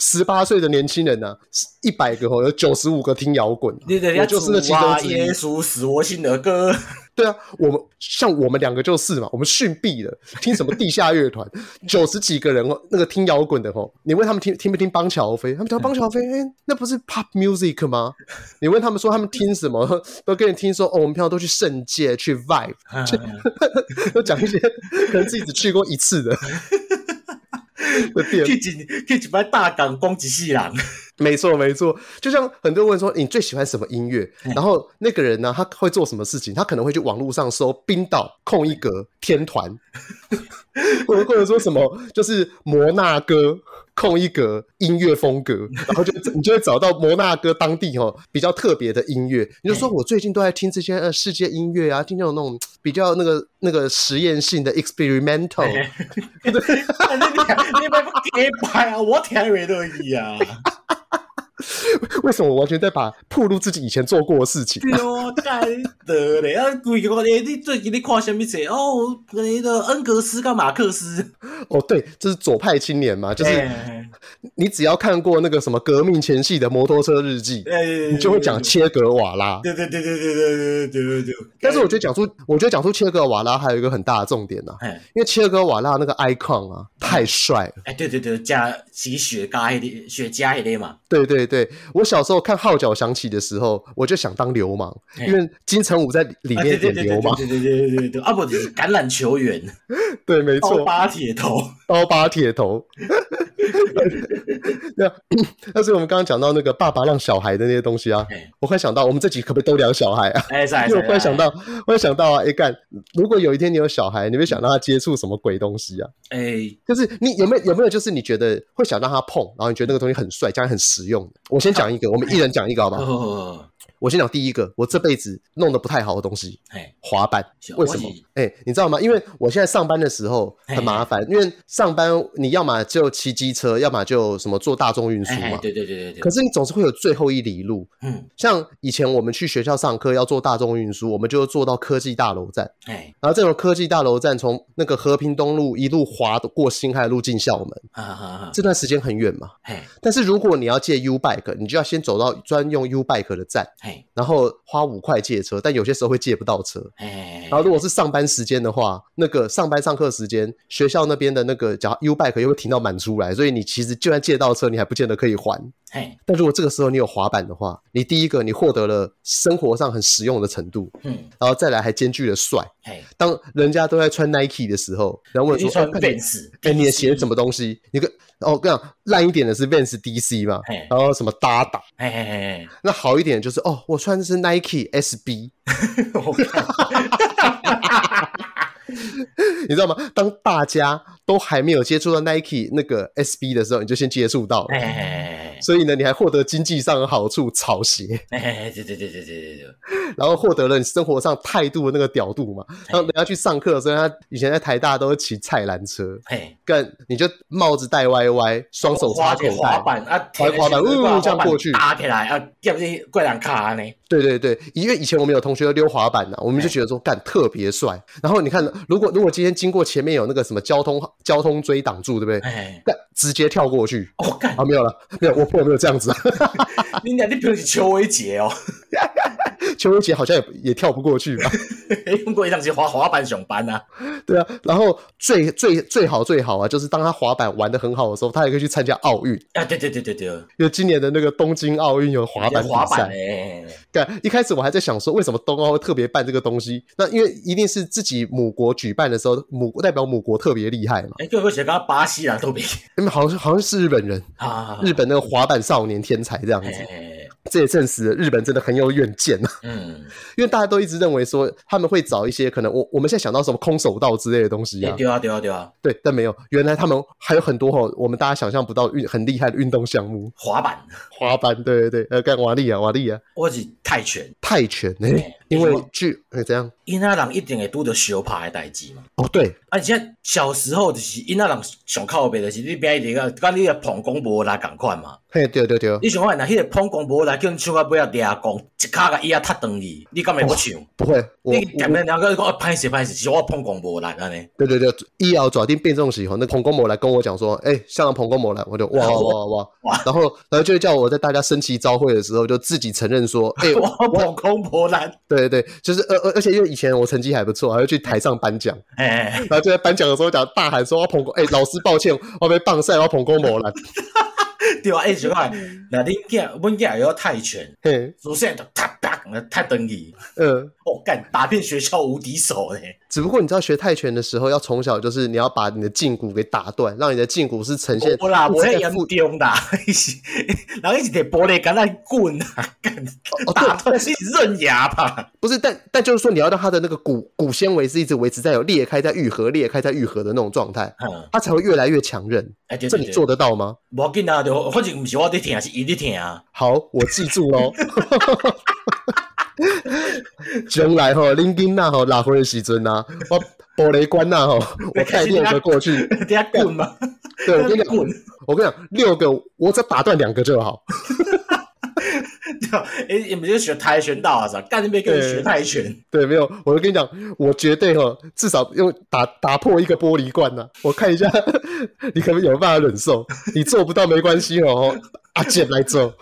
十八岁的年轻人啊，一百个哦，有九十五个听摇滚，啊
你人家
我就是那其中
主啊
之一
耶稣死我心的歌，
对啊，我们像我们两个就是嘛，我们逊毙了，听什么地下乐团，九十几个人哦，那个听摇滚的哦，你问他们听听不听邦乔飞，他们讲邦乔飞，哎、那不是 pop music 吗？你问他们说他们听什么，都跟你听说哦，我们平常都去圣界去 vibe，都讲一些 可能自己只去过一次的 的店。
去一去一摆大港光一世人，
没错，没错，就像很多人问说你最喜欢什么音乐，然后那个人呢，他会做什么事情？他可能会去网络上搜冰岛空一格天团， 或者或者说什么就是摩纳哥空一格音乐风格，然后就你就会找到摩纳哥当地哦比较特别的音乐。你就说我最近都在听这些呃世界音乐啊，听那种那种比较那个那个实验性的 experimental，
哎啊你你你别不给摆啊，我听袂落去啊。
为什么我完全在把暴露自己以前做过的事情？
对哦，该得嘞！啊，规个诶，你最近你看什么册？哦，那个恩格斯跟马克思，
哦，对，这是左派青年嘛，就是。
哎
你只要看过那个什么革命前夕的摩托车日记，
哎
你就会讲切格瓦拉。
对对对对对对对对对对。
但是我觉得讲出，我觉得讲出切格瓦拉还有一个很大的重点呐、啊
哎
因为切格瓦拉那个 icon 啊太帅了。
哎，对对对，加起雪茄迄个雪茄迄个嘛，
对对对，我小时候看号角响起的时候，我就想当流氓，
嘿
因为金城武在里
啊对
面演
对对对
流氓。
对对对对对对，啊不就是橄榄球员，
对，没
奥
错，
巴铁头，
刀疤铁 头。那 但是我们刚刚讲到那个爸爸让小孩的那些东西啊，
哎
我会想到我们这集可不可以都聊小孩啊？
哎，是啊
因为我忽然
是啊
想到，忽然想到啊，哎、干，如果有一天你有小孩，你会想让他接触什么鬼东西啊？
哎，
就是你有没有有没有就是你觉得会想让他碰，然后你觉得那个东西很帅，将来很实用的？我先讲一个，我们一人讲一个好不好？
哦，
我先讲第一个，我这辈子弄得不太好的东西，
哎，
滑板。
是
为什么？哎、你知道吗？因为我现在上班的时候很麻
哎
烦，因为上班你要么就骑机车，要么就什么坐大众运
我是
输
哎，哎
嘛。
对对对对
可
对，
是你总是会有最后一里路，
嗯，
像以前我们去学校上课要坐大众运输，我们就坐到科技大楼站，
哎，
然后这种科技大楼站从那个和平东路一路滑过新海路进校门，
哈哈哈，
这段时间很远嘛。
哎
但是如果你要借 U Bike，你就要先走到专用 U Bike 的站，
哎
然后花五块借车，但有些时候会借不到车。
哎，
然后如果是上班时间的话，那个上班上课时间，学校那边的那个脚 U Bike 又会停到满出来，所以你其实就算借到车，你还不见得可以还。
哎，
但如果这个时候你有滑板的话，你第一个你获得了生活上很实用的程度，
嗯，
然后再来还兼具了帅。
哎，
当人家都在穿 Nike 的时候，然后问
你
说：“
穿
哦看你
Vans，
哎、你的鞋是什么东西？你个哦，我跟你讲，烂一点的是 Vans DC 嘛
嘿，
然后什么搭打，
哎哎 哎
那好一点就是哦，我穿的是 Nike SB，
哎，我看
你知道吗？当大家都还没有接触到 Nike 那个 SB 的时候，你就先接触到了
哎哎哎
所以呢，你还获得经济上的好处，草鞋，
哎哎，对对对对对对对，
然后获得了你生活上态度的那个屌度嘛。然后人家去上课的时候，他以前在台大都是骑菜篮车，
嘿，
干你就帽子戴歪歪，双手插
滑
口
滑
袋，
板啊，
滑滑板呜这样过去
搭起来啊，要不是怪人卡呢，
对对对，因为以前我们有同学溜滑板呐、我们就
哎
觉得说干特别帅。然后你看，如果如果今天经过前面有那个什么交通交通锥挡住，对不对？
哎，
干直接跳过去
我哦干，
啊！没有了，没有，我朋友没有这样子、 啊。
你俩你平时邱伟杰哦，
邱威杰好像也也跳不过去吧？
用过一趟去滑滑板上班啊，
对啊。然后最最最好最好啊，就是当他滑板玩的很好的时候，他也可以去参加奥运。
啊，对对对对对，
因为今年的那个东京奥运有滑板比
滑板
赛，
哎，
对，一开始我还在想说，为什么冬奥会特别办这个东西？那因为一定是自己母国举办的时候，母代表母国特别厉害嘛。
哎，各位学刚巴西人都没
因为好像好像是日本人，
啊，
日本那个滑板少年天才这样子。
哎，
这也证实了日本真的很有远见 啊，
嗯，
因为大家都一直认为说他们会找一些可能我我们现在想到什么空手道之类的东西
欸
啊，
对啊，对啊，对啊，
对，但没有，原来他们还有很多哈，我们大家想象不到运很厉害的运动项目，
滑板
滑板，对对对，呃，干瓦力啊，瓦力啊，
或是泰拳，欸
泰拳，哎、
对
因
为什
为
么
据哎、怎样？
因那人一定会拄着相拍的代志嘛。
哦，对，
啊，而且小时候就是因那人上靠背，就是你边一个甲你个膀胱无力共款嘛。
嘿，对对对，
你想看，若迄个膀胱无力，叫你唱到尾啊掠讲，一骹甲伊啊踢断去，你敢会要唱？
不会，我
你前
我
面两个讲啊歹势歹势，是我膀胱无力安尼。
对对对，一咬爪定变重喜后，那捧公某来跟我讲说，哎、像捧公某来，我就哇哇哇哇，
哇
然后然后就叫我在大家升旗招会的时候，就自己承认说，哎、
我膀胱无力，
对对对，就是而而而且因为以前我成绩还不错，还会去台上颁奖，
哎，
然后就在颁奖的时候讲大喊说，啊捧公，哎、老师抱歉，我被棒赛，我捧公某来，
对啊，哎，想看，若恁囝，阮囝也要泰拳，
嘿，
自细就踢啪，踢断去，
嗯。
我干，打遍学校无敌手嘞。
只不过你知道学泰拳的时候，要从小就是你要把你的胫骨给打断，让你的胫骨是呈现
无啦，
一
无
直在
迄严
附
重啦，是，人伊是摕玻璃杆来滚啊，干
哦
打
对，
断是刃牙吧？
不是，但但就是说你要让它的那个骨骨纤维是一直维持在有裂开、在愈合、裂开、在愈合的那种状态，
嗯，
它才会越来越强韧。
哎对
这
对
你
对，
做得到吗？
无要紧啊，就反正毋是我伫听，是伊伫听啊。
好，我记住 喽。将来吼，林金娜吼，拉回的时阵呐，我玻璃关呐吼，我带六个过去。
伫遐滚嘛，
对我跟你讲，
滚，
我跟你讲，六个我只打断两个就好。
哎，伊毋是学跆拳道啊啥？干你别跟你学泰拳，
对，没有，我就跟你讲，我绝对哈，至少用打打破一个玻璃罐呐、我看一下， 你可不可以有办法忍受？你做不到没关系哦，阿姐来做。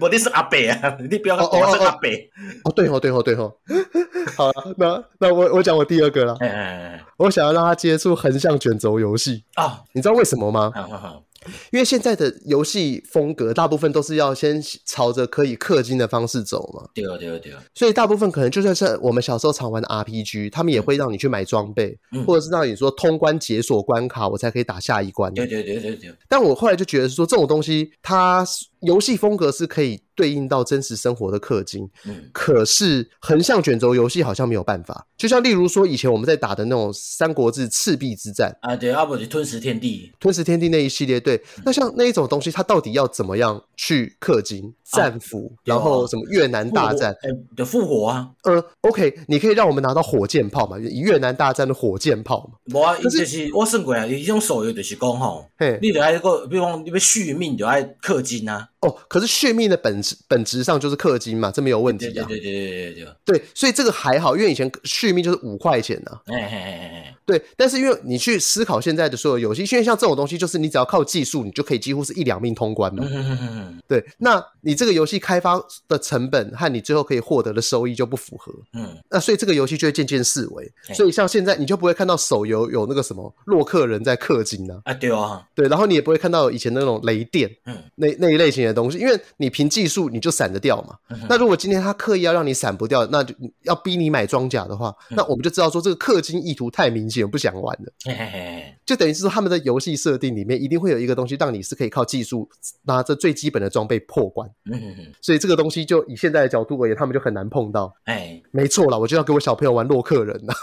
无你是阿伯啊，你不要
哦哦
讲我是阿伯。
哦，对哦，对哦，对哦。好了，那那我我讲我第二个啦，
哎哎
我想要让他接触横向卷轴游戏，
哎，哦，
你知道为什么吗？
好好好，
因为现在的游戏风格大部分都是要先朝着可以氪金的方式走嘛，
对对对，
所以大部分可能就算是我们小时候常玩的 RPG，他们也会让你去买装备，
嗯
或者是让你说通关解锁关卡，我才可以打下一关。
对对对对对，
但我后来就觉得说，这种东西它游戏风格是可以对应到真实生活的氪金，
嗯，
可是横向卷轴游戏好像没有办法。就像例如说，以前我们在打的那种《三国志》赤壁之战、
啊对，啊无是吞食天地，
吞食天地那一系列，对，
嗯
那像那一种东西，它到底要怎么样去氪
哦
金、战俘，然后什么越南大战？
复活，哎，就复活啊。
呃，OK，你可以让我们拿到火箭炮嘛？以越南大战的火箭炮嘛？
无啊，伊
可是
就是我算过啊，伊迄种手游就是讲吼，
嘿，
你就爱个，比如讲你要续命，就爱氪金啊。
哦，可是续命的本质本质上就是氪金嘛，这没有问题
对
啊。
对对对对对对，
对，所以这个还好，因为以前续命就是五块钱啊。
哎嘿嘿嘿嘿，
对，但是因为你去思考现在的所有游戏，因为像这种东西，就是你只要靠技术，你就可以几乎是一两命通关嘛。
嗯哼哼哼
对，那你这个游戏开发的成本和你最后可以获得的收益就不符合，
嗯，
那所以这个游戏就会渐渐式微。
嘿
所以像现在你就不会看到手游有那个什么洛克人在氪金啊，
啊对啊，
对，然后你也不会看到以前那种雷电，
嗯
那那一类型的东西，因为你凭技术你就闪得掉嘛。
嗯哼
那如果今天他刻意要让你闪不掉，那就要逼你买装甲的话，
嗯
那我们就知道说这个氪金意图太明显，我不想玩了。
嘿嘿嘿，
就等于是说他们的游戏设定里面一定会有一个东西让你是可以靠技术拿着最基本的装备破关，
嗯哼哼，
所以这个东西就以现在的角度而言，他们就很难碰到。
哎，
没错啦，我就要给我小朋友玩洛克人啦，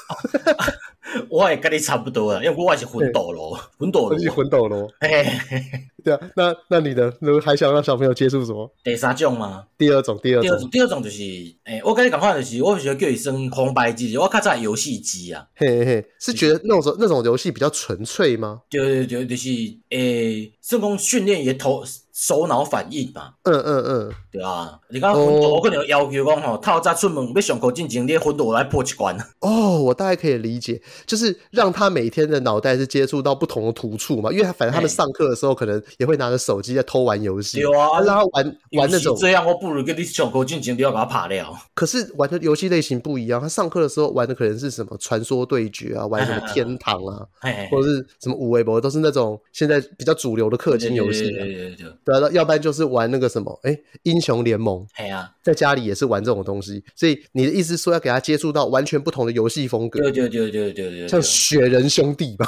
我也跟你差不多啊啦，因为我也是魂斗罗，魂斗
我是
罗，
魂斗罗。
嘿嘿嘿嘿，
哦对啊，那那你的，那还想让小朋友接触什么？
第三种嘛，
第二种，第二
第二
种，
种第二种就是，哎，我跟你讲法就是，我是叫伊算红白机，我较早游戏机啊，
嘿嘿嘿，是觉得那种那种游戏比较纯粹吗？
对对对，就是诶，算讲训练也头手脑反应嘛。
嗯嗯嗯，
对啊，你讲昏倒，我可能有要求讲吼，透早出门要上课进前，你昏倒来破一关。
哦，我大概可以理解，就是让他每天的脑袋是接触到不同的突触嘛，因为他反正他们
嘿
上课的时候可能也会拿着手机在偷玩游戏
对，啊，
让他玩玩那种
与其，这样，我不如跟你上课进前，你要把它拍了。
可是玩的游戏类型不一样，他上课的时候玩的可能是什么传说对决啊，玩什么 天堂啊，
嘿，
或者是什么五维博，都是那种现在比较主流的氪金游戏
对
啊。
对对对对，
对啊，要不然就是玩那个什么，哎，英雄联盟，
嘿啊，
在家里也是玩这种东西。所以你的意思说要给他接触到完全不同的游戏风格，
对对对对对对
像
对，
雪人兄弟吧，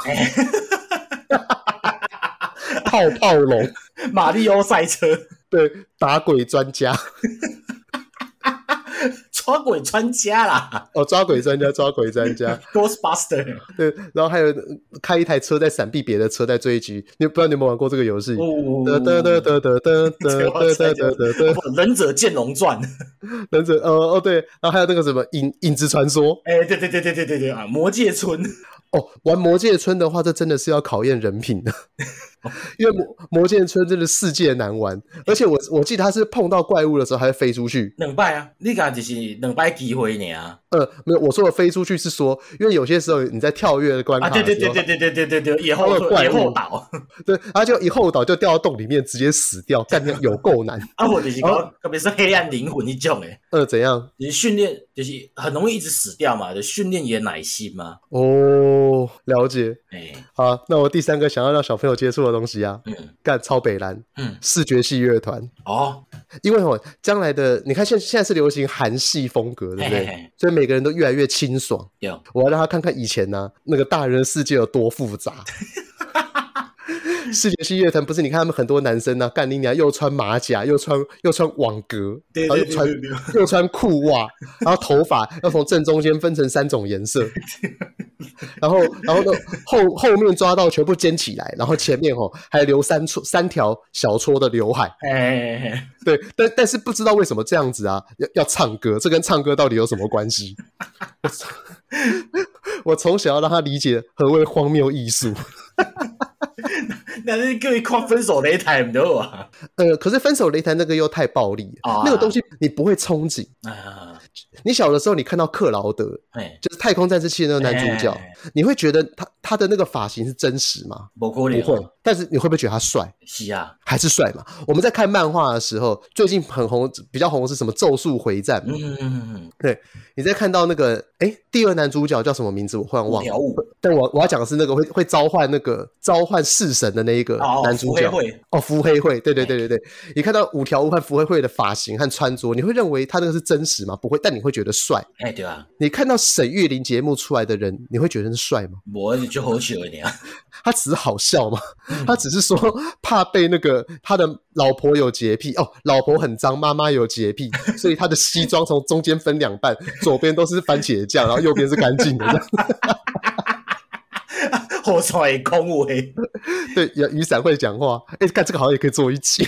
泡泡龙，
马里奥赛车，
对打鬼专家
抓鬼专家啦
哦，抓鬼专家，抓鬼专家，
，Ghostbuster
对，然后还有开一台车在闪避别的车在追击，你不知道你有没有玩过这个游戏？
哦，
得得得得得得得得得得得，
不忍者剑龙传，
忍者哦哦对，然后还有那个什么影影子传说
哎，对对对对对对对啊，魔界村，
哦，玩魔界村的话，这真的是要考验人品 的，因为魔魔界村真的世界难玩，而且我我记得它是碰到怪物的时候还会飞出去，
两摆啊，你讲就是两摆机会尔，
呃，没有，我说的飞出去是说，因为有些时候你在跳跃的关
啊，
卡的
对对
时
对
候，
对对对对对对，也后
他的怪物
也后 倒，
对，他就一后倒就掉到洞里面，直接死掉， 干掉有够难。
啊，或者是
哦
讲，特别是黑暗灵魂一种诶，
呃，怎样？
就是训练就是很容易一直死掉嘛，就训练也耐心嘛，
哦，了解。
哎，
好，那我第三个想要让小朋友接触的东西啊，
嗯
干超北蓝
嗯，
视觉系乐团，
哦，
因为哦，将来的你看现现在是流行韩系风格，对
嘿
不
嘿
对？
嘿，
所以每个人都越来越清爽。
有，
我要让他看看以前呢、那个大人的世界有多复 杂。视觉系乐团不是？你看他们很多男生呢、啊，干你娘又穿马甲，又穿又穿网格，
对
然后
对
又
对
穿
对对，
又穿裤袜，然后头发要从正中间分成三种颜 色，然后然后呢后后面抓到全部尖起来，然后前面哦还留三撮三条小撮的刘海。
哎哎哎。哎
对，但但是不知道为什么这样子啊，要要唱歌，这跟唱歌到底有什么关系？ 我从小要让他理解何谓荒谬艺术。
那是叫伊看分手擂台，毋对啊？
呃，可是分手擂台那个又太暴力了，
啊
那个东西你不会憧憬。
啊，
你小的时候你看到克劳德，
嘿，
就是《太空战士七》的那个男主角，
哎
你会觉得他他的那个发型是真实吗？
无可
不
能，
会，但是你会不会觉得他帅？
是啊，
还是帅嘛？我们在看漫画的时候，最近很红，比较红的是什么《咒术回战》嘛
嗯嗯嗯，
你在看到那个哎、诶第二男主角叫什么名字？我忽然
五
忘了。
条悟，
但我我要讲的是那个会会召唤那个召唤式神的那一个
哦，
男主角
福黑会
哦，福黑会，对对对对对，你看到五条悟和福黑会的发型和穿着，你会认为他那个是真实吗？不会，但你会觉得帅。
哎对啊，
你看到沈玉琳节目出来的人，你会觉得是帅吗？
无就好笑的尔，
他只是好笑吗？
嗯
他只是说怕被那个他的老婆有洁癖哦，老婆很脏，妈妈有洁癖，所以他的西装从中间分两半，左边都是番茄酱，然后右边是干净的。这样
好彩会讲话，
对，雨雨伞会讲话，哎、看这个好像也可以做一期。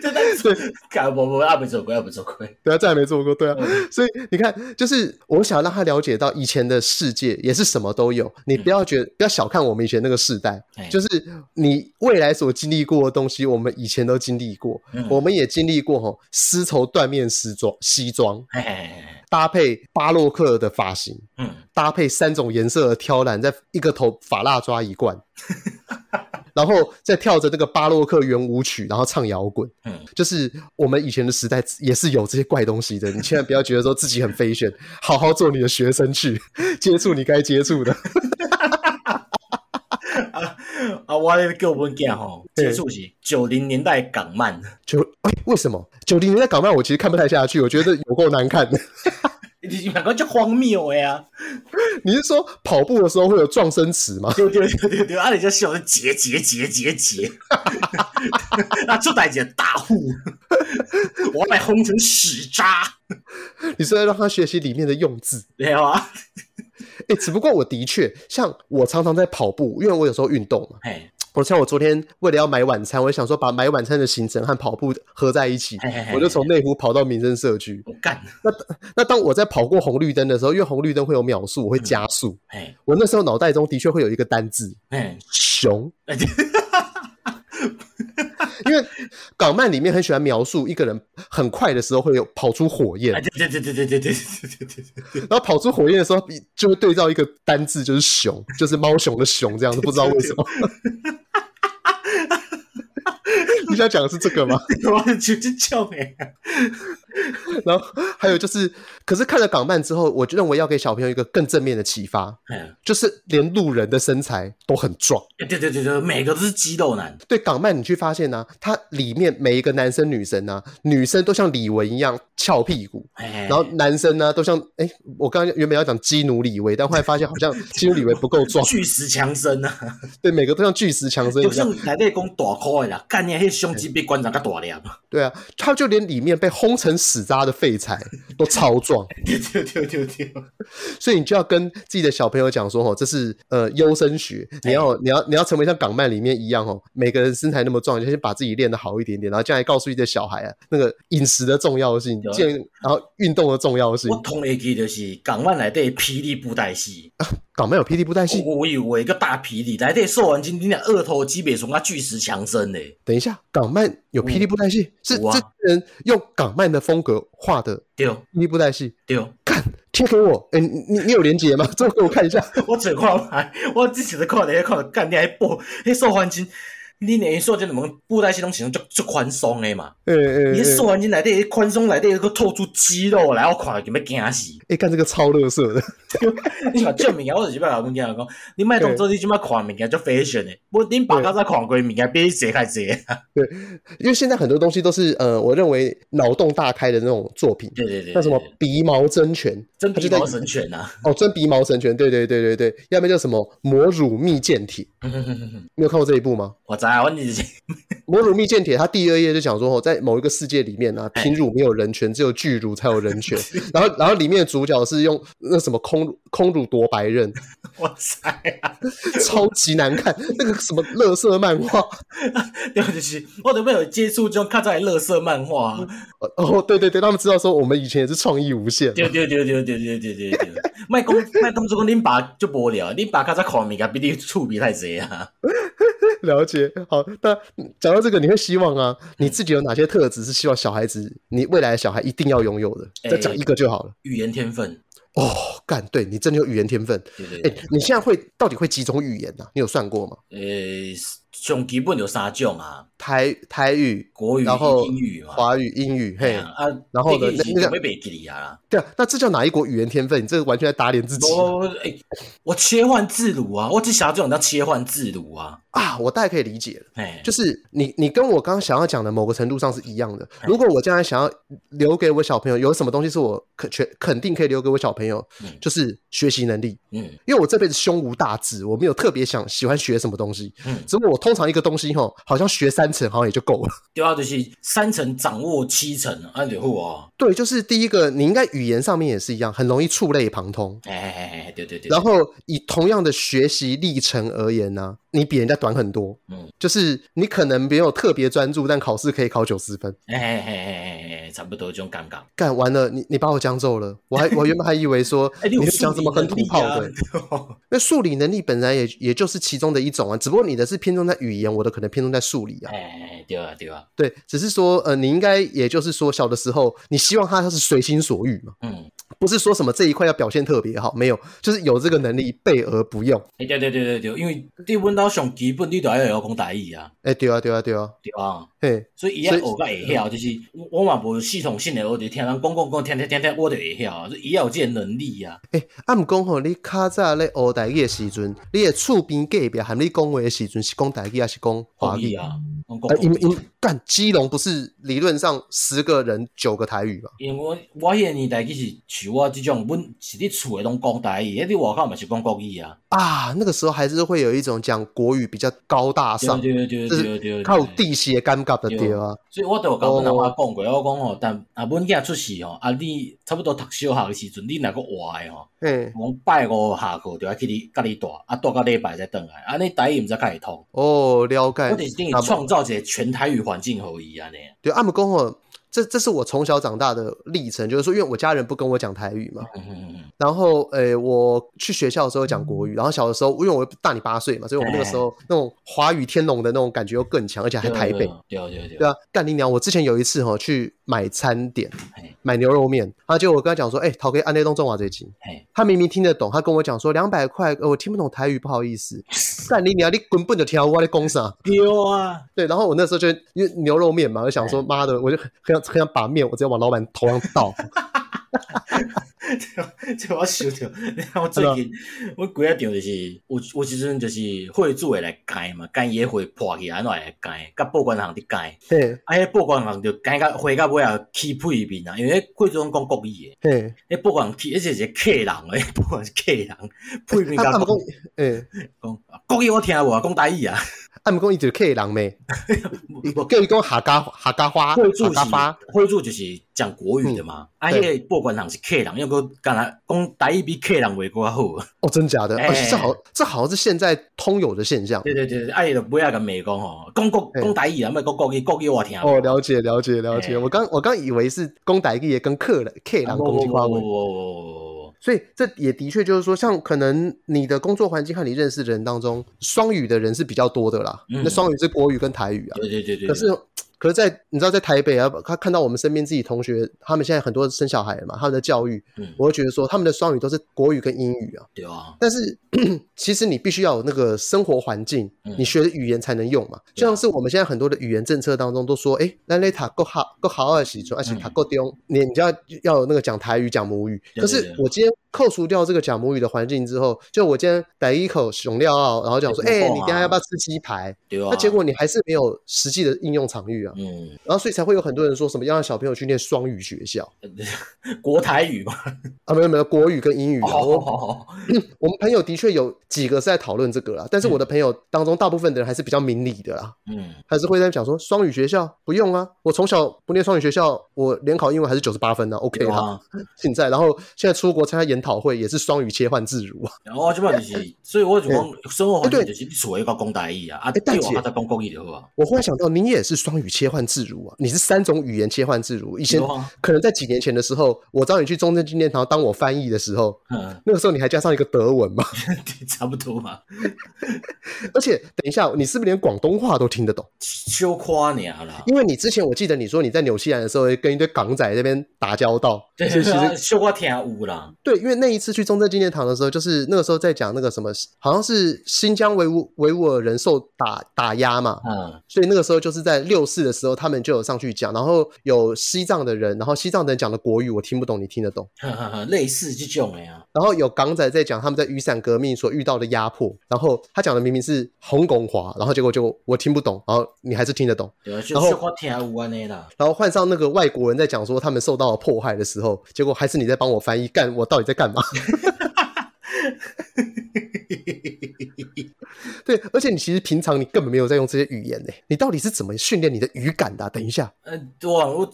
这但是，干无无阿没做过，阿没做过，
对啊，再也没做过，对啊，
嗯
所以你看，就是我想让他了解到以前的世界也是什么都有，你不要觉得、不要小看我们以前那个世代，
嗯哎
就是你未来所经历过的东西，我们以前都经历过，
嗯
我们也经历过吼丝绸缎面丝装西装
嘿嘿嘿嘿
搭配巴洛克的发型，
嗯，
搭配三种颜色的挑染，在一个头发蜡抓一罐，然后再跳着那个巴洛克圆舞曲，然后唱摇滚。
嗯，
就是我们以前的时代也是有这些怪东西的，你千万不要觉得说自己很飞旋， 好好做你的学生去， 接触你该接触的。
啊，我咧叫阮囝吼，
对
接触是九零年代港漫，
九哎、为什么九零年代港漫我其实看不太下去，我觉得有够难看的。
你两个就荒谬的啊，
你是说跑步的时候会有撞生词吗？
对对对对对，啊，你就笑得结结结结结，啊，出代志大户，我要把轰成屎渣。
你是要让他学习里面的用字？
没有啊，
哎、只不过我的确像我常常在跑步，因为我有时候运动嘛。
嘿，
我像我昨天为了要买晚餐，我就想说把买晚餐的行程和跑步合在一起
嘿嘿，嘿
我就从内湖跑到民生社区。
我干，
那当我在跑过红绿灯的时候，因为红绿灯会有秒数，
嗯
我会加速。
嘿，
我那时候脑袋中的确会有一个单字
嘿，
“熊
哎”，
因为港漫里面很喜欢描述一个人很快的时候会有跑出火焰
哎，，对对对对对对对对对对对，
然后跑出火焰的时候就会对照一个单字，就是“熊”，就是猫熊的“熊”这样子，不知道为什 么。你想讲的是这个吗？
我就就叫哎，
然后还有就是可是看了港漫之后，我就认为要给小朋友一个更正面的启发，
哎
就是连路人的身材都很壮。
对对对对，每个都是肌肉男，
对港漫，你去发现呢、啊它里面每一个男生女生呢、女生都像李玟一样翘屁股，
哎，
然后男生呢都像哎、我刚刚原本要讲基努里维，但后来发现好像基努里维不够壮，
巨石强森啊，
对，每个都像巨石强森
就
一样
像。内底讲大块啦，干你迄胸肌比馆长较大粒，
对啊，他就连里面被轰成屎渣的废材都超壮，
对对对对对，
所以你就要跟自己的小朋友讲说，哦，这是呃优生学，
哎
你要你要你要成为像港漫里面一样哦，每个人身材那么壮，你就先把自己练得好一点点，然后将来告诉你的小孩啊，那个饮食的重要性
有，啊
健然后运动的重要性
我。通会记就是港漫内底霹雳布袋戏，
港漫有 PT 不带戏，
我以为一个大霹雳，内底瘦完今天的二头肌袂从啊巨石强森嘞，
等一下，港漫有 PT 不带戏，是
有啊
这些人用港漫的风格画的
对哦
PT 不带戏，
对，哦
看贴给我，哎、你你你有连结吗？ 这个给我看一下。
我嘴看来，我之前就看咧看到干你还播，迄瘦环境。你连说这怎么布袋戏拢形容足足宽松的嘛？
哎哎
你瘦环境内底宽松内底个透出肌肉来，我看了就要惊死。
哎，看、这个超乐色的，
你嘛这物件，我哦就是要甲阮啊囝讲，你卖当做你即摆看物件叫 fashion 诶，我恁爸较早看过的物件比你侪较侪。
因为现在很多东西都是呃，我认为脑洞大开的那种作品，
对对对，
像什么鼻毛真拳，
真
他就
皮
在
毛神拳啊？
哦，真鼻毛神拳，对对对对对，要不然叫什么魔乳蜜饯帖，你有看过这一部吗？
我知啊，我就是
魔乳蜜饯帖，它第二页就讲说，哦，在某一个世界里面呢、啊，
哎
平乳没有人权，只有巨乳才有人权。然后，然后里面的主角是用那什么空乳空乳夺白刃，
我知啊，
超级难看，那个什么乐色漫画。
对就是我啊都没有接触这种较早的乐色漫画啊。
哦，对对对，他们知道说我们以前也是创意无限。
对对对对对对对对对， 卖讲卖当做讲恁爸就无聊，恁爸较早看物件比你趣味太侪啊。
了解，好，那讲到这个，你会希望啊，你自己有哪些特质是希望小孩子，你未来的小孩一定要拥有的？再
哎
讲一个就好了。
语言天分，
哦，干，对你真的有语言天分。
对对
哎、
对，
你现在会到底会几种语言呢、啊你有算过吗？
诶，呃上基本有三种啊，
台台语、
国语
然后、
英语嘛。
华语、英语，嘿，
啊，
然后呢
这个已
那
经
那
准备袂记哩啊啦。
对啊，那这叫哪一国语言天分？你这个完全在打脸自己
我我诶，我切换自如啊，我只想要这种叫切换自如啊，
啊！我大概可以理解了。
哎，
就是你，你跟我刚刚想要讲的某个程度上是一样的。
嗯
如果我将来想要留给我小朋友，有什么东西是我可全肯定可以留给我小朋友
嗯，
就是学习能力。
嗯
因为我这辈子胸无大志，我没有特别想喜欢学什么东西。
嗯，
只不过我通常一个东西吼，好像学三成好像也就够了。
对啊，就是三层掌握七层啊，就好哦，
对，就是第一个，你应该语言上面也是一样，很容易触类旁通。
哎哎哎哎，对对对，
然后以同样的学习历程而言呢、你比人家短很多。
嗯，
就是你可能没有特别专注，但考试可以考九十分。
哎哎哎哎哎哎，差不多这种感觉。
干完了，你你把我讲走了，我还我原本还以为说
哎，
你
有
会
数
讲什
理
么很
能
土
力
炮
啊
的。那数理能力本来也也就是其中的一种啊，只不过你的是偏重在语言，我的可能偏重在数理啊
哎。哎哎，对啊对啊，
对，只是说呃，你应该也就是说小的时候，你希望他是随心所欲嘛，
嗯，
不是说什么这一块要表现特别好，没有，就是有这个能力备而不用。
哎对对对对对，因为你阮到上基本，你都要会晓讲台语啊，
哎，对啊，对啊，对啊，
对啊。
嘿，
所以伊要学到会晓，就是我我嘛无系统性的，我就听人讲讲讲，听听听听，我就会晓啊。所以伊要有这个能力啊。
哎，啊，毋讲吼，你较早咧学台语的时阵，你的厝边隔壁含你讲话的时阵是讲台语还是讲华
国语
语？
啊，讲
呃，
国
因
语
为因为干基隆不是理论上十个人九个台语嘛？
因为我我迄个年代，其实像我即种，阮是伫厝诶拢讲台语，迄伫外口嘛是讲国语啊。
啊，那个时候还是会有一种讲国语比较高大
对
上，
对对对对对，
靠地些尴尬的对啊。
所以我都有甲阮阿妈讲过，我讲吼，但啊，阮囝出世吼，啊，你差不多读小学诶时阵，你若个活诶吼，
嗯，
讲拜五下课就要去你家己住，啊，住啊到礼拜再倒来，安尼台语毋知较会通。
哦，了解
我。就是等于创造一个全台语环境互伊安尼。
对，阿姆公吼，这这是我从小长大的历程，就是说，因为我家人不跟我讲台语嘛，
嗯嗯嗯
然后诶，我去学校的时候讲国语，然后小的时候，因为我大你八岁嘛，所以我那个时候那种华语天龙的那种感觉又更强，而且还
嗯，
台北。
对对对
对啊，干你娘！我之前有一次哈、去买餐点
嘿，
买牛肉面，然后结果我跟他讲说，哎、陶哥按内东中华最近
嘿，
他明明听得懂，他跟我讲说两百块，呃，我听不懂台语，不好意 思。干你娘！你滚笨就听我在讲啥？
对啊，
对，然后我那时候就因为牛肉面嘛，我就想说妈的，我就很想很想把面我直接往老板头上倒。
这我想着，你看我最近我几啊场就是有有时阵就是会主会来改嘛，改野会破去安怎来改，甲报关行伫改，
嘿
啊，迄报关行就改到花到尾啊起屁面啊，因为迄贵州讲国语
嘿，
诶，迄报关起，迄是一个客人诶，报关是客人，屁面
啊
甲
啊毋
讲
讲，诶，
讲国语我听无啊，讲台语啊，
啊毋讲伊就是客人咩，叫伊讲客家客家话，
会
客
主
家
是
话，
会主就是讲国语的嘛，啊，
对
迄个报关人是客人，因为佮敢若讲台语比客人话搁较好。啊
哦，真假的？而
哎
且这好，这好像是现在通有的现象。
对对对，对啊，伊就不要甲美讲吼，讲国
嘿
讲台语啊，莫讲国语，国语我听不懂。
哦，了解了解了解。
哎
我刚我刚以为是公仔也跟客人客人
啊，
公
不不
鸡
不
话
不
为，
不不
所以这也的确就是说，像可能你的工作环境和你认识的人当中，双语的人是比较多的啦。
嗯
那双语是国语跟台语啊。
对对对对。
可是，可是在你知道，在台北啊，他看到我们身边自己同学，他们现在很多生小孩了嘛，他们的教育，
嗯，
我会觉得说他们的双语都是国语跟英语啊。
对啊，
但是 其实你必须要有那个生活环境，
嗯
你学的语言才能用嘛。
对
就
啊
像是我们现在很多的语言政策当中都说，哎，那那塔够好够好二喜，
嗯
而且塔够丢，你你就要要有那个讲台语讲母语。
对
可是
对对
我今天扣除掉这个讲母语的环境之后，就我今天逮一口熊料啊，然后讲说，
哎
哎，
不错啊
你等一下要不要吃鸡排？
对啊。
那结果你还是没有实际的应用场域啊。
嗯，
然后所以才会有很多人说什么要让小朋友去念双语学校
国台语嘛。
啊，没有没有国语跟英语啊，
好
我
好好，
我们朋友的确有几个是在讨论这个啦，但是我的朋友当中，大部分的人还是比较明理的啦，
嗯，
还是会在讲说双语学校不用啊，我从小不念双语学校，我联考英文还是九十八分呢、o k
对
啦。
啊。
现在，然后现在出国参加研讨会也是双语切换自如啊。
然后我即摆就是，所以我就讲生活环
哎
境
对
就是你厝要讲台语啊，啊，
哎大
对
姐
我他再讲国语就好啊。
我忽然想到，你也是双语切换自如啊，你是三种语言切换自如。以前
对啊
可能在几年前的时候，我找你去中正纪念堂当我翻译的时候，
嗯，
那个时候你还加上一个德文嘛，
差不多嘛，
而且等一下，你是不是连广东话都听得懂？
小夸尔啦。
因为你之前我记得你说你在纽西兰的时候跟一堆港仔那边打交道，
对
所以其
啊，
实
小可听有啦。
对，因为那一次去中正纪念堂的时候，就是那个时候在讲那个什么，好像是新疆维吾维吾尔人受打打压嘛，
嗯，
所以那个时候就是在六四的时候，他们就有上去讲，然后有西藏的人，然后西藏的人讲的国语我听不懂，你听得懂，
呵呵呵，类似这种的啊。
然后有港仔在讲他们在雨伞革命所遇到的压迫，然后他讲的明明是红拱华，然后结果就我听不懂，然后你还是听得懂。
对啊，
然
小
后
小可听有安尼啦。
然后换上那个外国人在讲说他们受到了迫害的时候，结果还是你在帮我翻译，干我到底在干嘛？对，而且你其实平常你根本没有在用这些语言呢，你到底是怎么训练你的语感的啊、等一下，
呃，对啊，我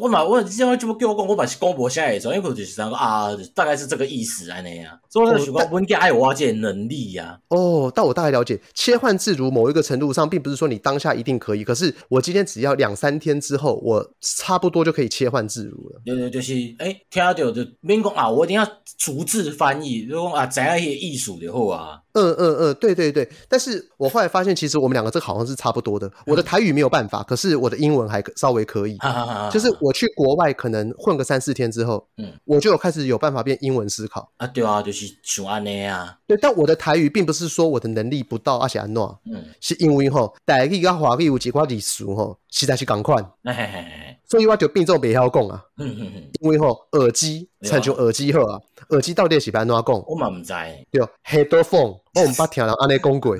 我嘛，我即摆就要叫我讲，我嘛是讲无啥会做，因为就是讲啊，大概是这个意思安尼啊。所以我就想
哦
讲，阮家爱有我这个能力啊。
哦，但我大概了解，切换自如某一个程度上，并不是说你当下一定可以，可是我今天只要两三天之后，我差不多就可以切换自如了。
对对，就是诶、听到就免讲啊，我一定要逐字翻译，就讲啊，知影迄个意思就好啊。
嗯嗯嗯，对对对，但是我后来发现，其实我们两个这个好像是差不多的。我
嗯
的台语没有办法，可是我的英文还可稍微可以。
哈哈哈哈
就是我去国外可能混个三四天之后，
啊嗯
我就有开始有办法变英文思考。
啊，对啊，就是像安尼啊，
对，但我的台语并不是说我的能力不到，而且安诺
嗯，
是因为吼台语跟华语有几块历史吼，实在是赶快，
嘿嘿嘿嘿，
所以我就变做袂晓讲啊。
嗯嗯嗯，
因为吼耳机，
对啊
产生耳机好啊，耳机到底是要安怎讲？
我嘛毋知，对
对，headphone，我毋捌听人安尼讲 过。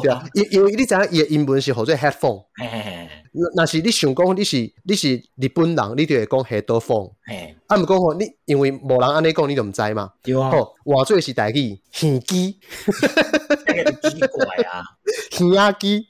对啊
啊，，
因因为你知影伊的英文是叫做 headphone，
嘿嘿嘿
若若是你想讲你是你是日本人，你就会讲 headphone。
嘿，
啊，毋过吼，你因为无人安尼讲，你就毋知嘛。
对啊，
吼，换做是台语，耳机、
这个就奇怪啊，
耳啊机，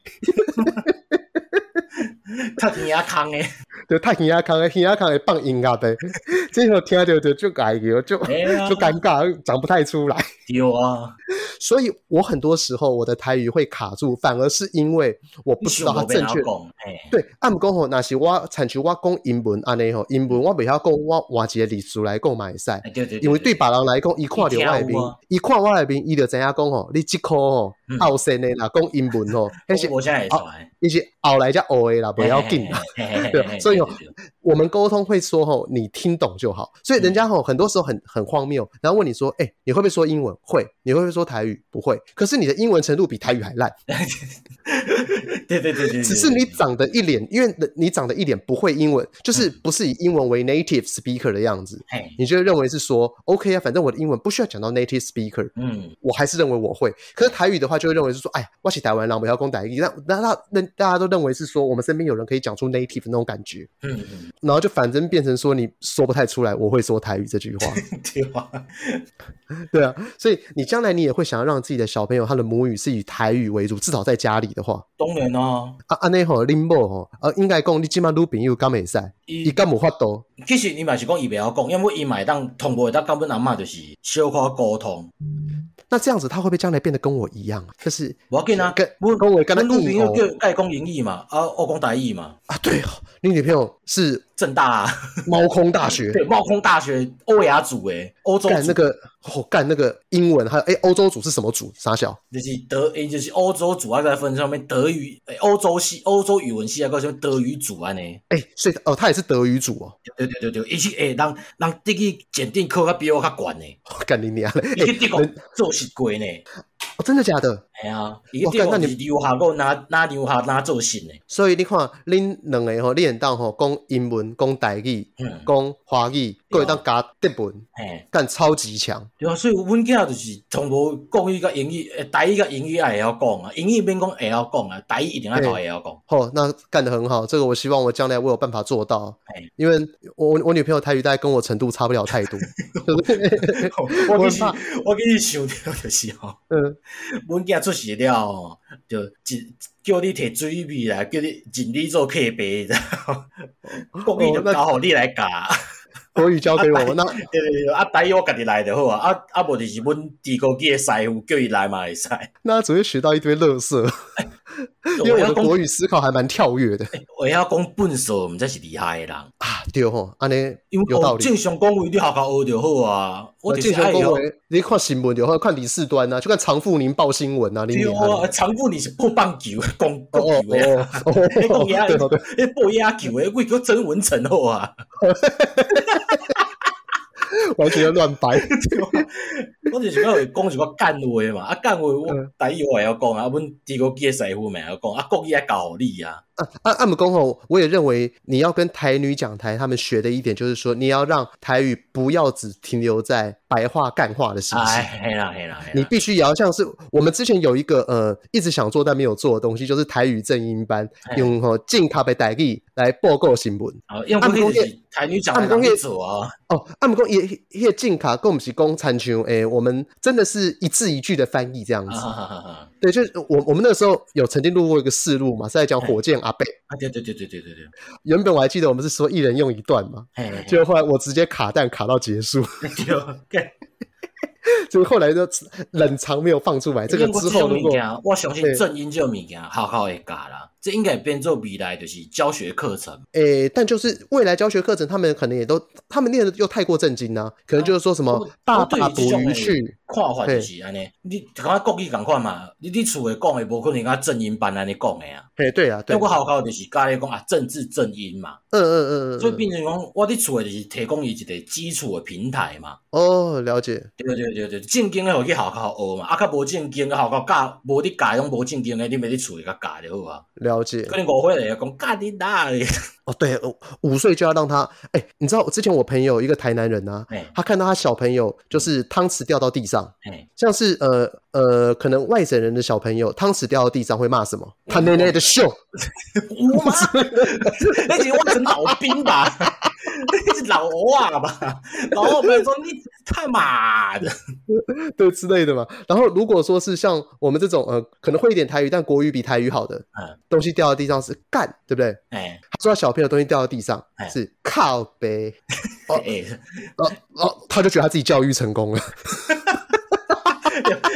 较耳仔空诶，
就太耳啊空的，耳啊空会放音乐的， 这个听着就就解个，就
哎呀
就，尴尬，讲不太出来。
对啊。
所以我很多时候我的台语会卡住，反而是因为我不知道它正确。
讲，哎，
对，啊，毋讲吼，若是我产生我讲英文安尼吼，英文我袂晓讲，我换一个历史来讲嘛会使。
哎对对，
因为对别人来讲，伊看着我的
伊听
面
有啊，
伊看我的面，伊就知影讲吼，你即科吼
嗯
后生的啦，讲英文 吼，迄
对，
是
我现在也出来，
伊是后来才学的啦，不要紧啦。
嘿，嘿嘿嘿嘿
对
嘿嘿
所以
对
哦
对对
我们沟通会说吼，你听懂就好。所以人
嗯
家哦吼很多时候很很荒谬，然后问你说，哎，你会不会说英文？会。你会不会说台语？不会。可是你的英文程度比台语还烂，
对对对对 对，
只是你
对嗯
长得一脸，因为你长得一脸不会英文，就是不是以英文为 native speaker 的样子，
嘿，
你就会认为是说 OK 啊，反正我的英文不需要讲到 native speaker，
嗯，
我还是认为我会。可是台语的话，就会认为是说，哎，我是台湾人，我要讲台语，那那那那大家都认为是说我们身边有人可以讲出 native 那种感觉，
嗯嗯，
然后就反正变成说你说不太出来我会说台语这句话，
对啊吧？
对啊，所以你将来你也会想要让自己的小朋友他的母语是以台语为主，至少在家里的话，
当然啊，
啊安内吼林某吼，呃应该讲你起码女朋友敢袂使，伊
伊
敢无法度，
其实伊嘛是讲伊袂晓讲，因为伊嘛会当通过，当甲阮阿嬷就是小可沟通，
那这样子他会不会将来变得跟我一样，就是
无要紧啊。
跟
阮
跟我跟他
阮女朋
硬
友
吼
叫甲伊讲英语嘛，啊，我讲台语嘛，
啊？对哦，你女朋友是
正大啊、
猫空大学。
对，冒空大学欧亚组诶，欧洲
干
组
那个，哦，干那个英文，还有哎，欧洲组是什么组？傻小，
就是德，诶，就是欧洲组啊，在分上面德语，诶，欧洲系、欧洲语文系啊，个什么德语组安尼。
哎，所以哦，他也是德语组哦。
对对对对，伊是诶，人人德语检定考较比我较 悬诶，
哦干你娘嘞！
伊去德国
人
做实过呢。
哦，真的假的？
哎啊，伊去
哇
德
干那
国
你
是留学过，哪哪留学哪做实呢？
所以你看，恁两个吼，练到吼，讲英文、讲台语、
嗯，
讲华语，各会当加德文，
嘿，
干超级强。
对啊，所以阮囝就是从无国语甲英语，诶，台语甲英语也会晓讲啊，英语免讲会晓讲啊，台语一定爱头会晓讲。
哦，那干得很好，这个我希望我将来我有办法做到
哎，
因为我我我女朋友台语大概跟我程度差不了太多。
我
我
其实
很
我其实想着就是 吼。
嗯，
阮囝出事了哦，就一叫你摕水米来，叫你尽你做客杯，然后 国语就交互你来教。
国语交给我，那
对对对，啊，台语我家己来就好啊，啊啊，无就是阮地沟机的师傅叫伊来嘛 会使。
那只会学到一堆垃圾，因为我的国语思考还蛮跳跃的。
我会晓讲笨手，毋才是厉害的人。
啊，对吼，安尼
因为
有道
我
理哦
正常讲话你好好学就好啊，我就是
正常
爱
讲话
学。，
你看新闻就好，看李四端啊，就看常富宁报新闻啊，林
对
明啊
啊，，长富你是不棒球，讲
哦
国
哦
球的啊，
哦哦，
你讲野
对哦对，
你报野球的，我叫曾文成好啊。
完全在乱掰。
对啊我就是讲会讲一个干话嘛，啊干话我
嗯
台语我也要讲啊，啊阮地国机的师傅嘛也要讲，啊国语也教你啊，
按按姆公吼，我也认为你要跟台女讲台，他们学的一点就是说，你要让台语不要只停留在白话干话的形式。
哎嘿啦嘿啦嘿
你
啦，
必须也要像是我们之前有一个呃一直想做但没有做的东西，就是台语正音班，
哎
用吼进卡贝台语来报告新闻。
啊因为我就是台女讲的人去做啊，
哦，啊，姆公也也进卡，跟我们是公参像诶，我们真的是一字一句的翻译这样
啊
子。
哈哈哈哈
对，就是我我们那时候有曾经录过一个试录嘛，是在讲火箭 阿贝。
啊对对对对对对对，
原本我还记得我们是说一人用一段嘛，
嘿嘿嘿
结果后来我直接卡蛋卡到结束，
对，
就是后来就冷藏没有放出来。 这个
因为我
之后
种
如果
物件，我相信
对
正音这种物件好好会教啦，这应该会变做未来就是教学课程，
诶、但就是未来教学课程，他们可能也都他们念的又太过震惊啦、啊可能就是说什么
我
爸
我哦对于
爸
这
捕
种
鱼
的
去，
看法就是安尼，你就跟国语共款嘛，你你厝诶讲诶无可能甲正音班安尼讲诶啊。
诶，对啊，对，
因为
嗯
我好好就是教你讲啊，政治正音嘛，
嗯嗯嗯
所以
嗯，
变成讲，我伫厝诶就是提供伊一个基础诶平台嘛。
哦，了解，
对对对对，正经诶互去好好学嘛，啊，较无正经诶好好教，无伫教种无正经诶，你咪伫厝诶甲教就好啊。
了解。
可能误会了，讲教你哪里？
哦，对，呃五岁就要让他，哎、你知道我之前我朋友一个台南人啊，
哎
他看到他小朋友就是汤匙掉到地上，
哎，
像是呃呃，可能外省人的小朋友汤匙掉到地上会骂什么？
嗯
他奶奶的秀！
有吗？那是我是老兵吧？那是老娃吧？老王朋友说你他 妈的，
对之类的嘛。然后如果说是像我们这种呃，可能会一点台语，但国语比台语好的，
嗯
东西掉到地上是干，对不对？
哎
他说他小朋友东西掉到地上
哎
是靠背，
哎，哎
哦哦，他就觉得他自己教育成功了。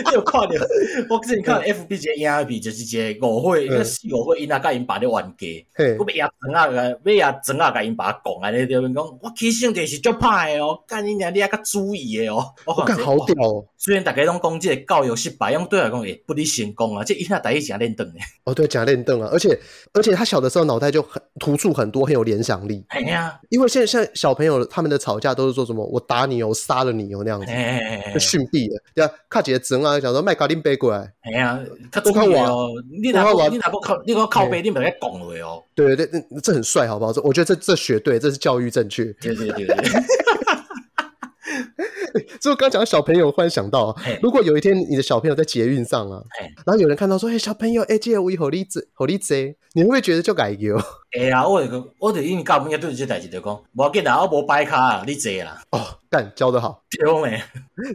你有看着？我之前看 FB 一个影片，就是一个误会，一个四五岁囡仔甲因爸咧冤家，
嘿，
我要装啊个，要装啊甲因爸讲安尼，对面讲，我起性就是足歹的哦，干你娘，你还较注意的哦。我
我
讲
干好屌哦！
虽然大家拢讲即个教育失败，用对我来讲会不离成功啊，这囡仔第一是练转的。
哦，对，假练凳啊，而且而且他小的时候脑袋就很突出很多，很有联想力。
嘿哎呀，
因为现在现在小朋友他们的吵架都是说什么我打你哦，我杀了你哦那样子，
嘿嘿嘿
就
嘿
逊毙了。对啊，卡姐整啊，想说，麦搞林背过来，
哎呀，较注意哦，你
我看
若
我
不你若不靠你若靠背，你咪该讲落 哦。
对对对，这很帅，好不好？这我觉得这这学对，这是教育正确。
对对对对，
啊 所以我刚讲到小朋友，忽然想到、啊
嘿，
如果有一天你的小朋友在捷运上啊
嘿，
然后有人看到说：“哎、小朋友，哎、这个我好利子，好利子。”欸你会不会觉得就改哦丢？
会啊，我就我就因为教物件对这代志就讲，无要紧啦，我无摆卡啊，你坐啦，
哦，干教的好。
对讲诶，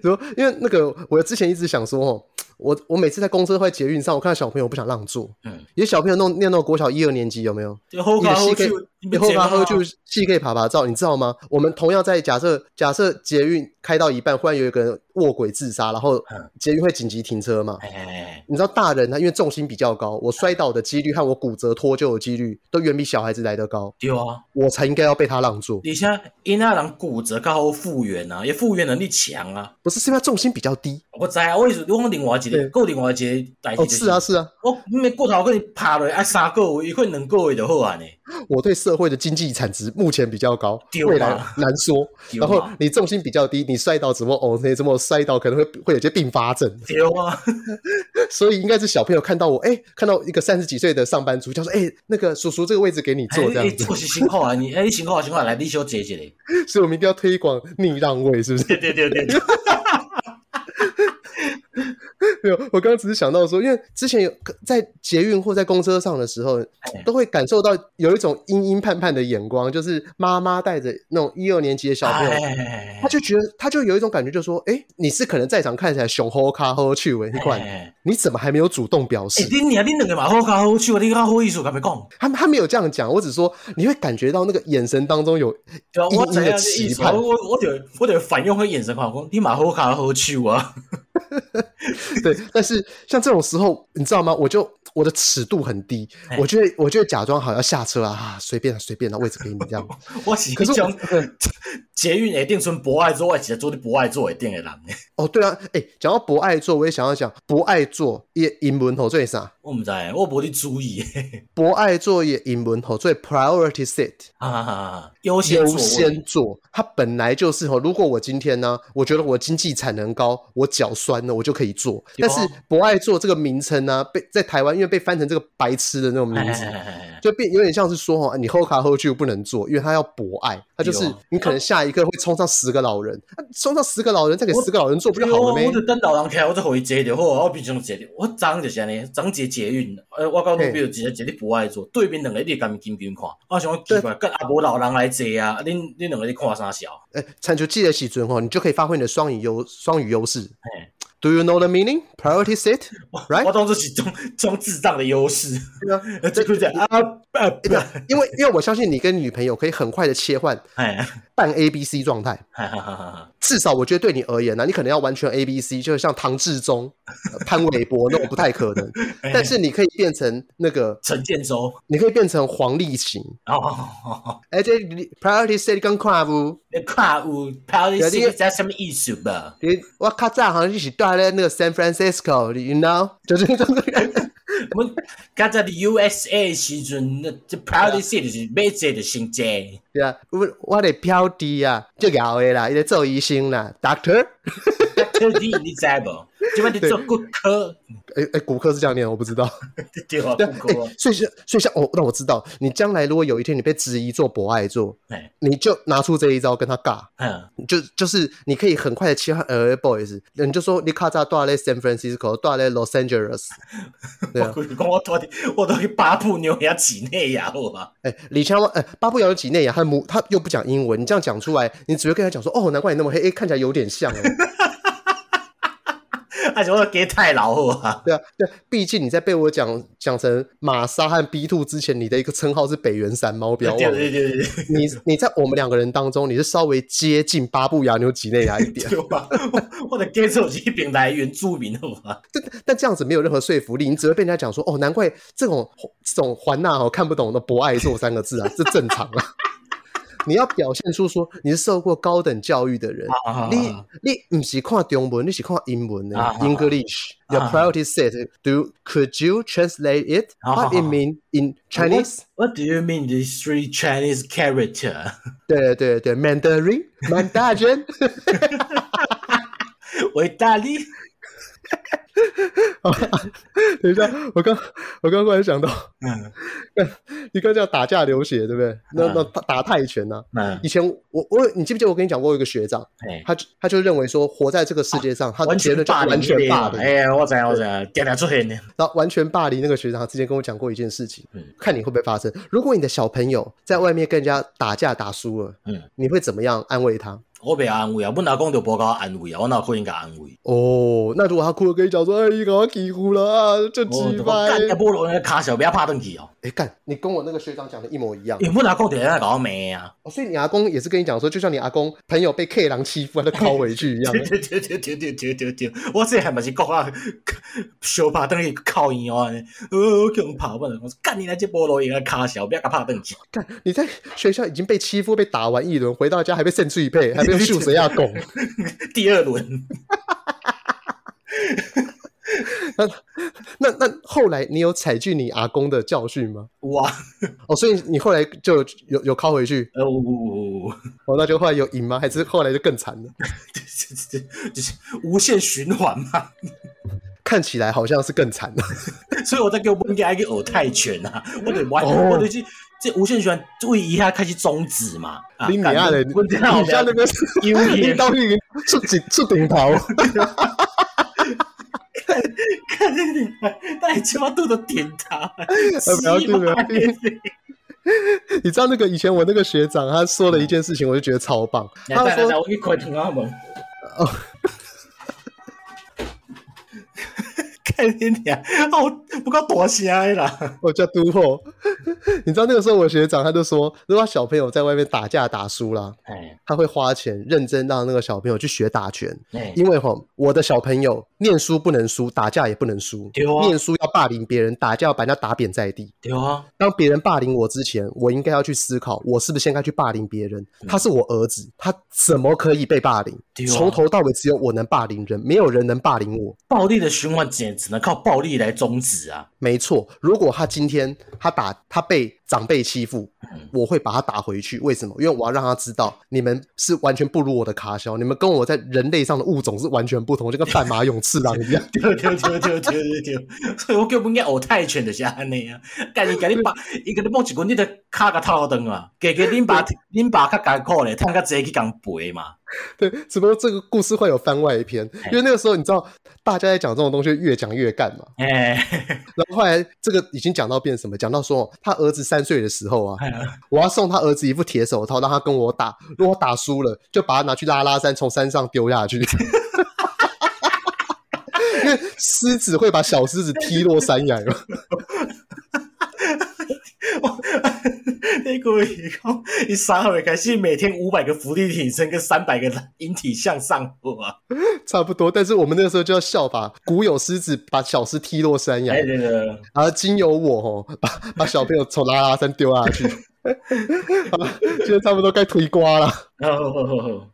说，因为那个我之前一直想说哦，我我每次在公车或捷运上，我看到小朋友我不想让座，
嗯，
有些小朋友弄念到国小一二年级有没有？
就好卡好酒，你
以后他喝就
酒，
戏可以爬爬照，你知道吗？我们同样在假设假设捷运开到一半，忽然有一个人卧轨自杀，然后
嗯
捷运会紧急停车嘛？
哎哎哎，
你知道大人他因为重心比较高，我摔倒的几率和我骨折脱臼的几率都远比小孩子来得高，
对啊，
我才应该要被他让座，
而且因那人骨折较好复原啊，也复原能力强啊。
不是是因为他重心比较低。
我知啊，我意思我讲另外一个
对，
够另外一个代志、
哦，
哎就是
啊，，是啊，
我你的骨头给你拍落，啊三个月，一困两个月就好啊呢。
我对社会的经济产值目前比较高，
丢
未来
嘛
难说。
对
然后
嘛
你重心比较低，你摔倒怎么哦，那怎么摔倒可能会会有些并发症。
对啊，
所以应该是小朋友看到我，哎、看到一个三十几岁的上班族，叫说，哎、那个叔叔这个位置给你坐这
哎
样
你
子，
做是辛苦啊，你哎你辛苦啊辛苦啊，来你小坐一下。
所以我们一定要推广逆让位，是不 是？
对对对对，
没有，我刚刚只是想到说，因为之前有在捷运或在公车上的时候，
哎
都会感受到有一种阴阴盼盼的眼光，就是妈妈带着那种一二年级的小朋友。
哎
他就觉得，他就有一种感觉，就说：“哎、你是可能在场看起来熊吼咖吼趣味，你管
哎
你怎么还没有主动表示？
哎，恁俩恁两个嘛好卡好手，你较好意思甲咪讲？
他他没有这样讲，我只说你会感觉到那个眼神当中有
对啊，
一
我知
一
影
个
这意
期
思，
盼
我我我就我就反用个眼神看讲，你嘛好卡好手啊。
对，但是像这种时候，你知道吗？我就我的尺度很低，
哎
我就会我就会假装好要下车啊，啊随便啊随便啊，位置给你这样。
我是
可
迄
是我
种捷运下定剩博爱座，我直接做你博爱座下定的人。
哦，对啊，哎，讲到不爱做，我也想要讲不爱做也英文吼最啥？
我毋知，我无咧注意。
不爱做也英文吼最 priority set
哈哈哈哈，优先
优
座位
先做，它本来就是吼。如果我今天呢，我觉得我经济产能高，我脚酸了，我就可以做。但是
有
不爱做这个名称呢，被在台湾因为被翻成这个白痴的那种名字，
哎，
就变有点像是说哦，你后卡后去不能做，因为他要博爱，他就是
对哦
你可能下一刻会冲上十个老人，啊冲上十个老人再给十个老人做不就
对
好了
哦，我
咩？
就等老人起来，我再互伊坐就好啊。我平常坐着，我昨昏就是安尼，昨昏坐捷运，呃，我到路边就直接坐咧博爱座，对面两个一直甲伊紧紧看，我想讲奇怪，干啊无老人来坐啊，恁恁两个咧看啥潲？
哎，铲除记的喜尊哦，你就可以发挥你的双语优双语优势
哎。
Do you know the meaning? Priority set, right？
我当做是装装智障的优势，
对啊
这个讲啊啊
哎对啊因为因为我相信你跟女朋友可以很快的切换
哎，
半 A B C 状态，
哈哈哈哈，
至少我觉得对你而言呢、啊你可能要完全 A B C，就是像唐志宗、呃潘玮柏那种不太可能，但是你可以变成那个，
陈建州，
你可以变成黄立行，
哦，
哎，这 priority set 跟跨步，
你看有 p a l i
有
s
这
e
个
在什么意思吧？
你我靠，这好像一起住在那个 San Francisco，you know，就是 这个。
我们刚才的 USA 的时阵，那这 p a l i s e 就是每坐就先坐。
对啊，我我的飘弟啊，就搞的啦，伊在做医生啦，Doctor，
特地你知无？即摆你做骨科，
哎哎，骨科是这样念，我不知道。
对啊，
对
骨
啊，哎
科，，
所以像所以像哦，那我知道，你将来如果有一天你被质疑做博爱做，
哎，
你就拿出这一招跟他尬，
嗯，
就就是你可以很快的切换 LA boys，你就说你卡扎住在 San Francisco，住在 Los Angeles，对啊
我跟你讲，我到底我到底巴布牛也几内亚好啊？
哎，李强哎，巴布扬有几内亚，他母他又不讲英文，你这样讲出来，你只会跟他讲说，哦，难怪你那么黑，哎，看起来有点像哦。
而且我加太老好 啊？
对啊，对啊，毕竟你在被我讲讲成玛莎和 B two 之前，你的一个称号是北原山猫，不
对
要忘了。
对对对对，
你你在我们两个人当中，你是稍微接近巴布亚纽几内亚一点，
对啊，我我的加做是平台原住民好啊？
但但这样子没有任何说服力，你只会被人家讲说，哦，难怪这种这种环娜哦看不懂的博爱做三个字 啊，这正常啊。你要表现出说你是受过高等教育的人，
啊
你你唔是看中文，你是看英文的
啊啊啊
English. Your
啊
priority set. Do could you translate it?
啊啊
What it mean in Chinese?
What do you mean the three Chinese character？
对对对，Mandarin, Mandarin.
维达利
好等一下，我刚我刚忽然想到，
嗯
你刚讲打架流血，对不对？那
嗯
那打打泰拳啊呢、
嗯，
以前我我你记不记得我跟你讲过，我有一个学长，
哎，
他就他就认为说活在这个世界上，他
完
觉
全
得就
霸凌
完
那
全
边
霸
啊，
凌，
哎，我知道我知道，点点出现的，
然后完全霸凌那个学长，他之前跟我讲过一件事情，
嗯
看你会不会发生。如果你的小朋友在外面跟人家打架打输了，
嗯
你会怎么样安慰他？
我被安慰啊，阮阿公就无甲我安慰啊，我哪有可能甲安慰？
哦，那如果他哭了跟你讲说：“哎，你给我欺负了啊，这
我
鸡
就
巴
讲！”哦干，要不然那卡小不要拍转去哦。
哎，干，你跟我那个学长讲的一模一样。
因为阮阿公就在甲我骂啊，
哦，所以你阿公也是跟你讲说，就像你阿公朋友被 K 狼欺负，他就拷回去一 样
对。对对对对对对对对，我这还嘛是讲啊，小拍转去靠伊哦，呃，我叫人拍，我就讲干你那这波路应该啊卡小，不要甲拍转去。
干，你在学校已经被欺负、被打完一轮，回到家还被剩最 配，还被秀谁亚拱。
第二轮，
那那后来你有采取你阿公的教训吗？
哇，
哦，所以你后来就有有拷回去，
呃，呜呜 呜，
哦，那就后来有赢吗？还是后来就更惨了？
这这这就是无限循环嘛。
看起来好像是更惨了。
所以我在给我们家去学泰拳啊，我得玩，
哦
我得去这无限循环，为一下开始终止嘛。啊
你你
干
啊嘞，
我这样
你家那个是
有
你
点
到底出顶出顶头？
看见你，带鸡巴肚都点他，
不要紧不要紧你知道那个以前我那个学长他说了一件事情，我就觉得超棒。
来
他
来
说
来，我给你快听啊们。
哦
哦，看见你啊，好不够大声的啦。
哦我叫都后， 你知道那个时候我学长他就说，如果他小朋友在外面打架打输啦，
哎
他会花钱认真让那个小朋友去学打拳，
哎，
因为吼我的小朋友念书不能输，打架也不能输，
对啊
念书要霸凌别人，打架要把人家打扁在地。
对啊，
当别人霸凌我之前，我应该要去思考，我是不是先该去霸凌别人？他是我儿子，他怎么可以被霸凌
嗯对？啊
从头到尾只有我能霸凌人，没有人能霸凌我。
暴力的循环只只能靠暴力来终止啊。
没错，如果他今天他打他被长辈欺负
嗯，。
我会把他打回去。为什么？因为我要让他知道，你们是完全不如我的卡肖，你们跟我在人类上的物种是完全不同，就跟斑马、勇次郎一样
对对对对对对对，所以我根本应该学泰拳就是安尼啊。家己家你把，伊甲你摸一棍，你着骹甲头断啊。加加恁爸，恁爸较艰苦咧，趁较济去共赔嘛。
对，只不过这个故事会有番外篇，因为那个时候你知道大家在讲这种东西，越讲越干嘛。
哎、
然后后来这个已经讲到变什么？讲到说他儿子三岁的时候啊，我要送他儿子一副铁手套，让他跟我打。如果打输了，就把他拿去拉拉山，从山上丢下去。 因为狮子会把小狮子踢落山崖嘛，
那个以后，伊三号开始每天五百个伏地挺身跟三百个引体向上，哇！
差不多。但是我们那个时候就要效法古有狮子把小狮踢落山崖
哎，，对对对，
然后经由我哦，把把小朋友从拉拉山丢下去。 好了，现在差不多该推瓜了。
哦，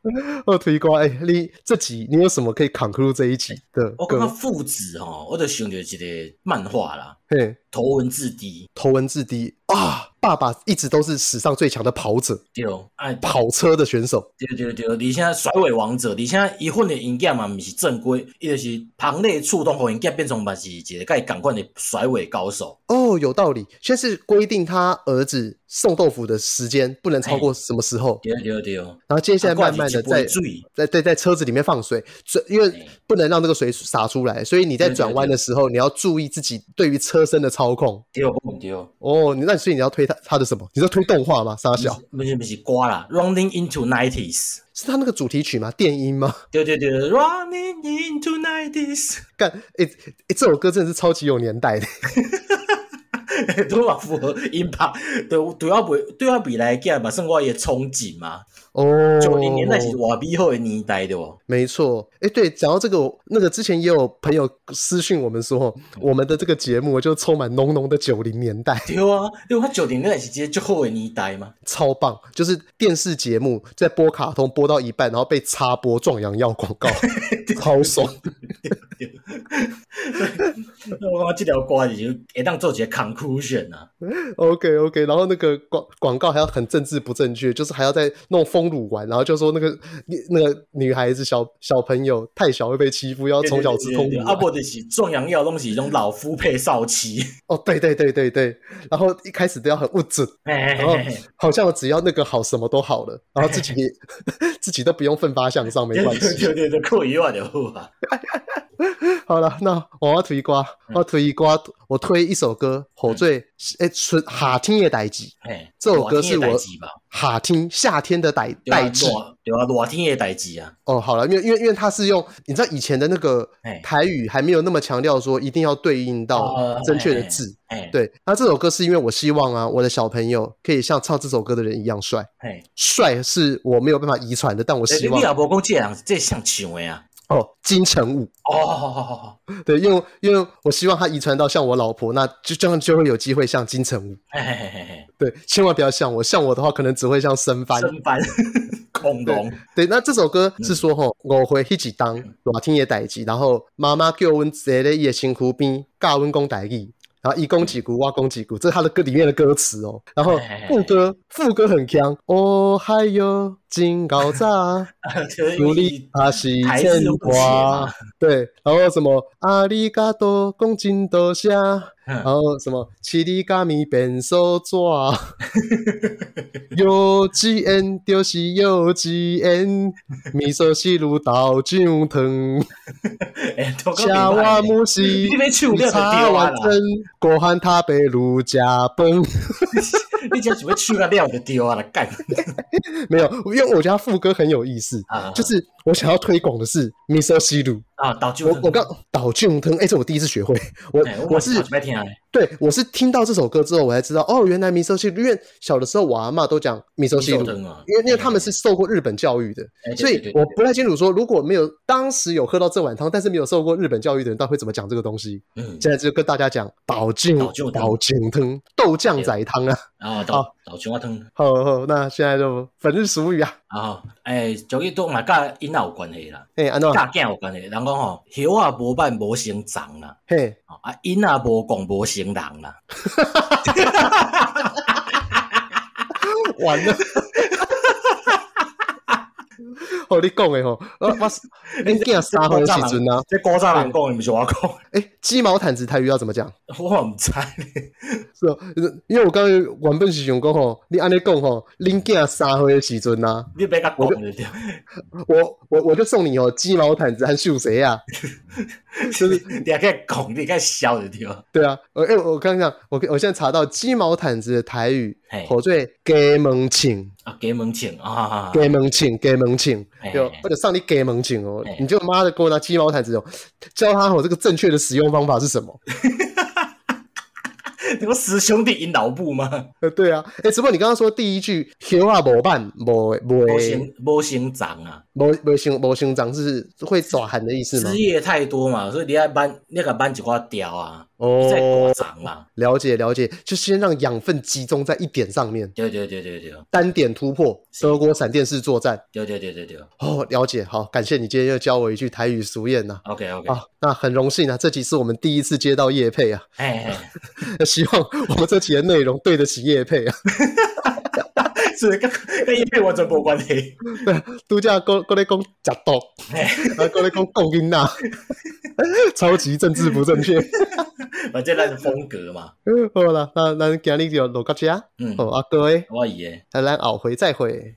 二推瓜，哎、你这集你有什么可以 conclude 这一集的
我感觉
歌？
父子哦，我就想着一个漫画啦，
嘿，
头文字 D，
头文字 D 啊，爸爸一直都是史上最强的跑者，
对，哎，
跑车的选手。
对对对，而且甩尾王者，而且伊混的音乐嘛，毋是正规，伊就是旁类触动，互音乐变成嘛是一个甲伊共款的甩尾高手。
哦，有道理。先是规定他儿子送豆腐的时间不能超过什么时候，
对对对，
然后接下来慢慢的
哎啊挂
在
是一杯水，
在在在车子里面放水，这因为
哎
不能让那个水洒出来，所以你在
对对
转弯的时候，你要注意自己对于车身的操控。
对不对？
哦，你那所以你要推他他的什么？你在推动画吗？傻小，
不是不是歌啦，Running into Nineties。
是他那个主题曲吗？电音吗？
对对对，Running into nineties，
干，哎、欸这首歌真的是超级有年代的。
都嘛符合音拍，对对我未对我未来计嘛，算我的憧憬嘛。
哦
九零年代是我美好的年代对不？
没错。哎、对，讲到这个，我那个之前也有朋友私讯我们说，我们的这个节目就充满浓浓的九零年代，
对啊，对我九零年代是一个足好的年代嘛。
超棒！就是电视节目在播卡通播到一半，然后被插播壮阳药广 告，超爽。
我感觉这条歌就是会当做一个工具 conclusion 啊。
OK OK，然后那个广广告还要很政治不正确，就是还要在弄丰乳丸，然后就说那个那个女孩子小小朋友太小会被欺负，要从小吃丰乳
啊，
丸。
不就是壮阳药东西，种老夫配少妻。
哦，对对对对对，然后一开始都要很物质，
嘿
然后好像只要那个好什么都好 了，然后自己 自己都不用奋发向上，没关系。
对对对，过一万就好啊。
好了，那我要推瓜，
嗯
我要推瓜，我推一首歌《火最》，哎，春夏天的代志，
嘿，
这首歌是我
热天的代志吧？
夏天夏天的代代志。
对啊，热天的代志啊。
哦，好了，因为因为因为它是用，你知道以前的那个
哎
台语还没有那么强调说一定要对应
哦
到正确的
哎
字，
嘿，
对。那这首歌是因为我希望啊，我的小朋友可以像唱这首歌的人一样帅，
嘿，
帅是我没有办法遗传的，但我
欸
希
你
望
也无讲这人这像像的啊。
哦，金城武，
哦好，好好好好
对，因为因为我希望他遗传到像我老婆，那就这样就会有机会像金城武，
嘿嘿嘿嘿嘿，
对，千万不要像我，像我的话可能只会像申帆，
正 版恐龙。
对，那这首歌
嗯
是说吼，我回迄一当热天的代志，然后妈妈叫阮坐咧伊的身躯边，教阮讲代志，然后伊讲几句，我讲几句，这是他的歌里面的歌词哦。然后副歌，副歌很强，哦嗨哟，真搞 炸，努力啊是
台
欠
字不写
花
嘛，
对，然后什么阿里嘎多，讲真多谢， 然
嗯
后什么七里嘎咪变手纸。幼稚园 就是幼稚园，米索西路豆浆汤，
哎，都
吃
讲明白
我
呢
母是
你要唱了就对
茶
啊
碗
啦，
蒸，国汉他被如家崩。
你只想要唱个了就对啊啦，干
没有，因为我觉得他副歌很有意思，
啊
就是我想要推广的是米索西路。
啊，导致
我我刚倒浆汤，哎、这我第一次学会，我
哎
我
嘛
是
头一摆听的，
对我是听到这首歌之后，我才知道哦，原来米索西路，因为小的时候我阿嬷都讲米索西路
米。索汤啊
因为因为他们是受过日本教育的，
哎对
所以
对对
我不太清楚说，如果没有当时有喝到这碗汤，但是没有受过日本教育的人，到底会怎么讲这个东西？
嗯，
现在就跟大家讲，保健
保健汤
保健汤豆酱仔汤啊。
啊，导导青蛙汤，
好好，那现在就本日俗语啊，
然后哎，就去都嘛甲因仔有关系啦，
哎安诺，
甲囝有关系。人讲吼，叶啊无扮无成长啦，
嘿，
哦啊因啊无讲无成人啦，
完了。哦，你讲的吼，我 我恁囝三岁的时阵啊，
这古早人讲的，毋是我讲，
哎，鸡毛掸子台语要怎么讲？
我毋知
是哦，因为我刚才原本是想讲吼，你安尼讲吼，恁囝三岁的时阵啊，
你别甲讲就 对。
我我我就送你哦，鸡毛掸子和秀谁啊？
就是你甲讲，你甲笑就对。
对啊，我哎、我刚刚讲，我我现在查到鸡毛掸子的台语
嘿，
口最鸡门请，
啊，给门请啊，
鸡门请，鸡门请，
嘿
有
嘿
或者上你鸡门请哦
嘿，
你就妈的给我拿鸡毛掸子哦，教他哦这个正确的使用方法是什么？
你们师兄弟因老母吗？
呃，对啊，哎、只不过你刚刚说第一句“黑话无办无无
无成无成长啊，
无无行无行长”是会爪喊的意思吗
枝？叶太多嘛，所以你要搬，你要搬一挂条啊，你再
哦
大，长啊。
了解了解，就先让养分集中在一点上面，
对对对对对
单点突破，德国闪电式作战。
对对对对对
哦，了解，好，感谢你今天又教我一句台语俗谚呐、
，OK OK，
啊，那很荣幸啊，这集是我们第一次接到叶配啊，
哎，嘿
希望我们这集的内容对得起叶配啊。
是跟跟叶配完全无关系。
度假过过来讲假毒，
嘿
然后过来讲共音呐， 超级政治不正确。
反正咱是风格嘛，
好啦，那咱今日就录到这，
嗯，
好啊，各位，
我伊诶。
那咱后回再会。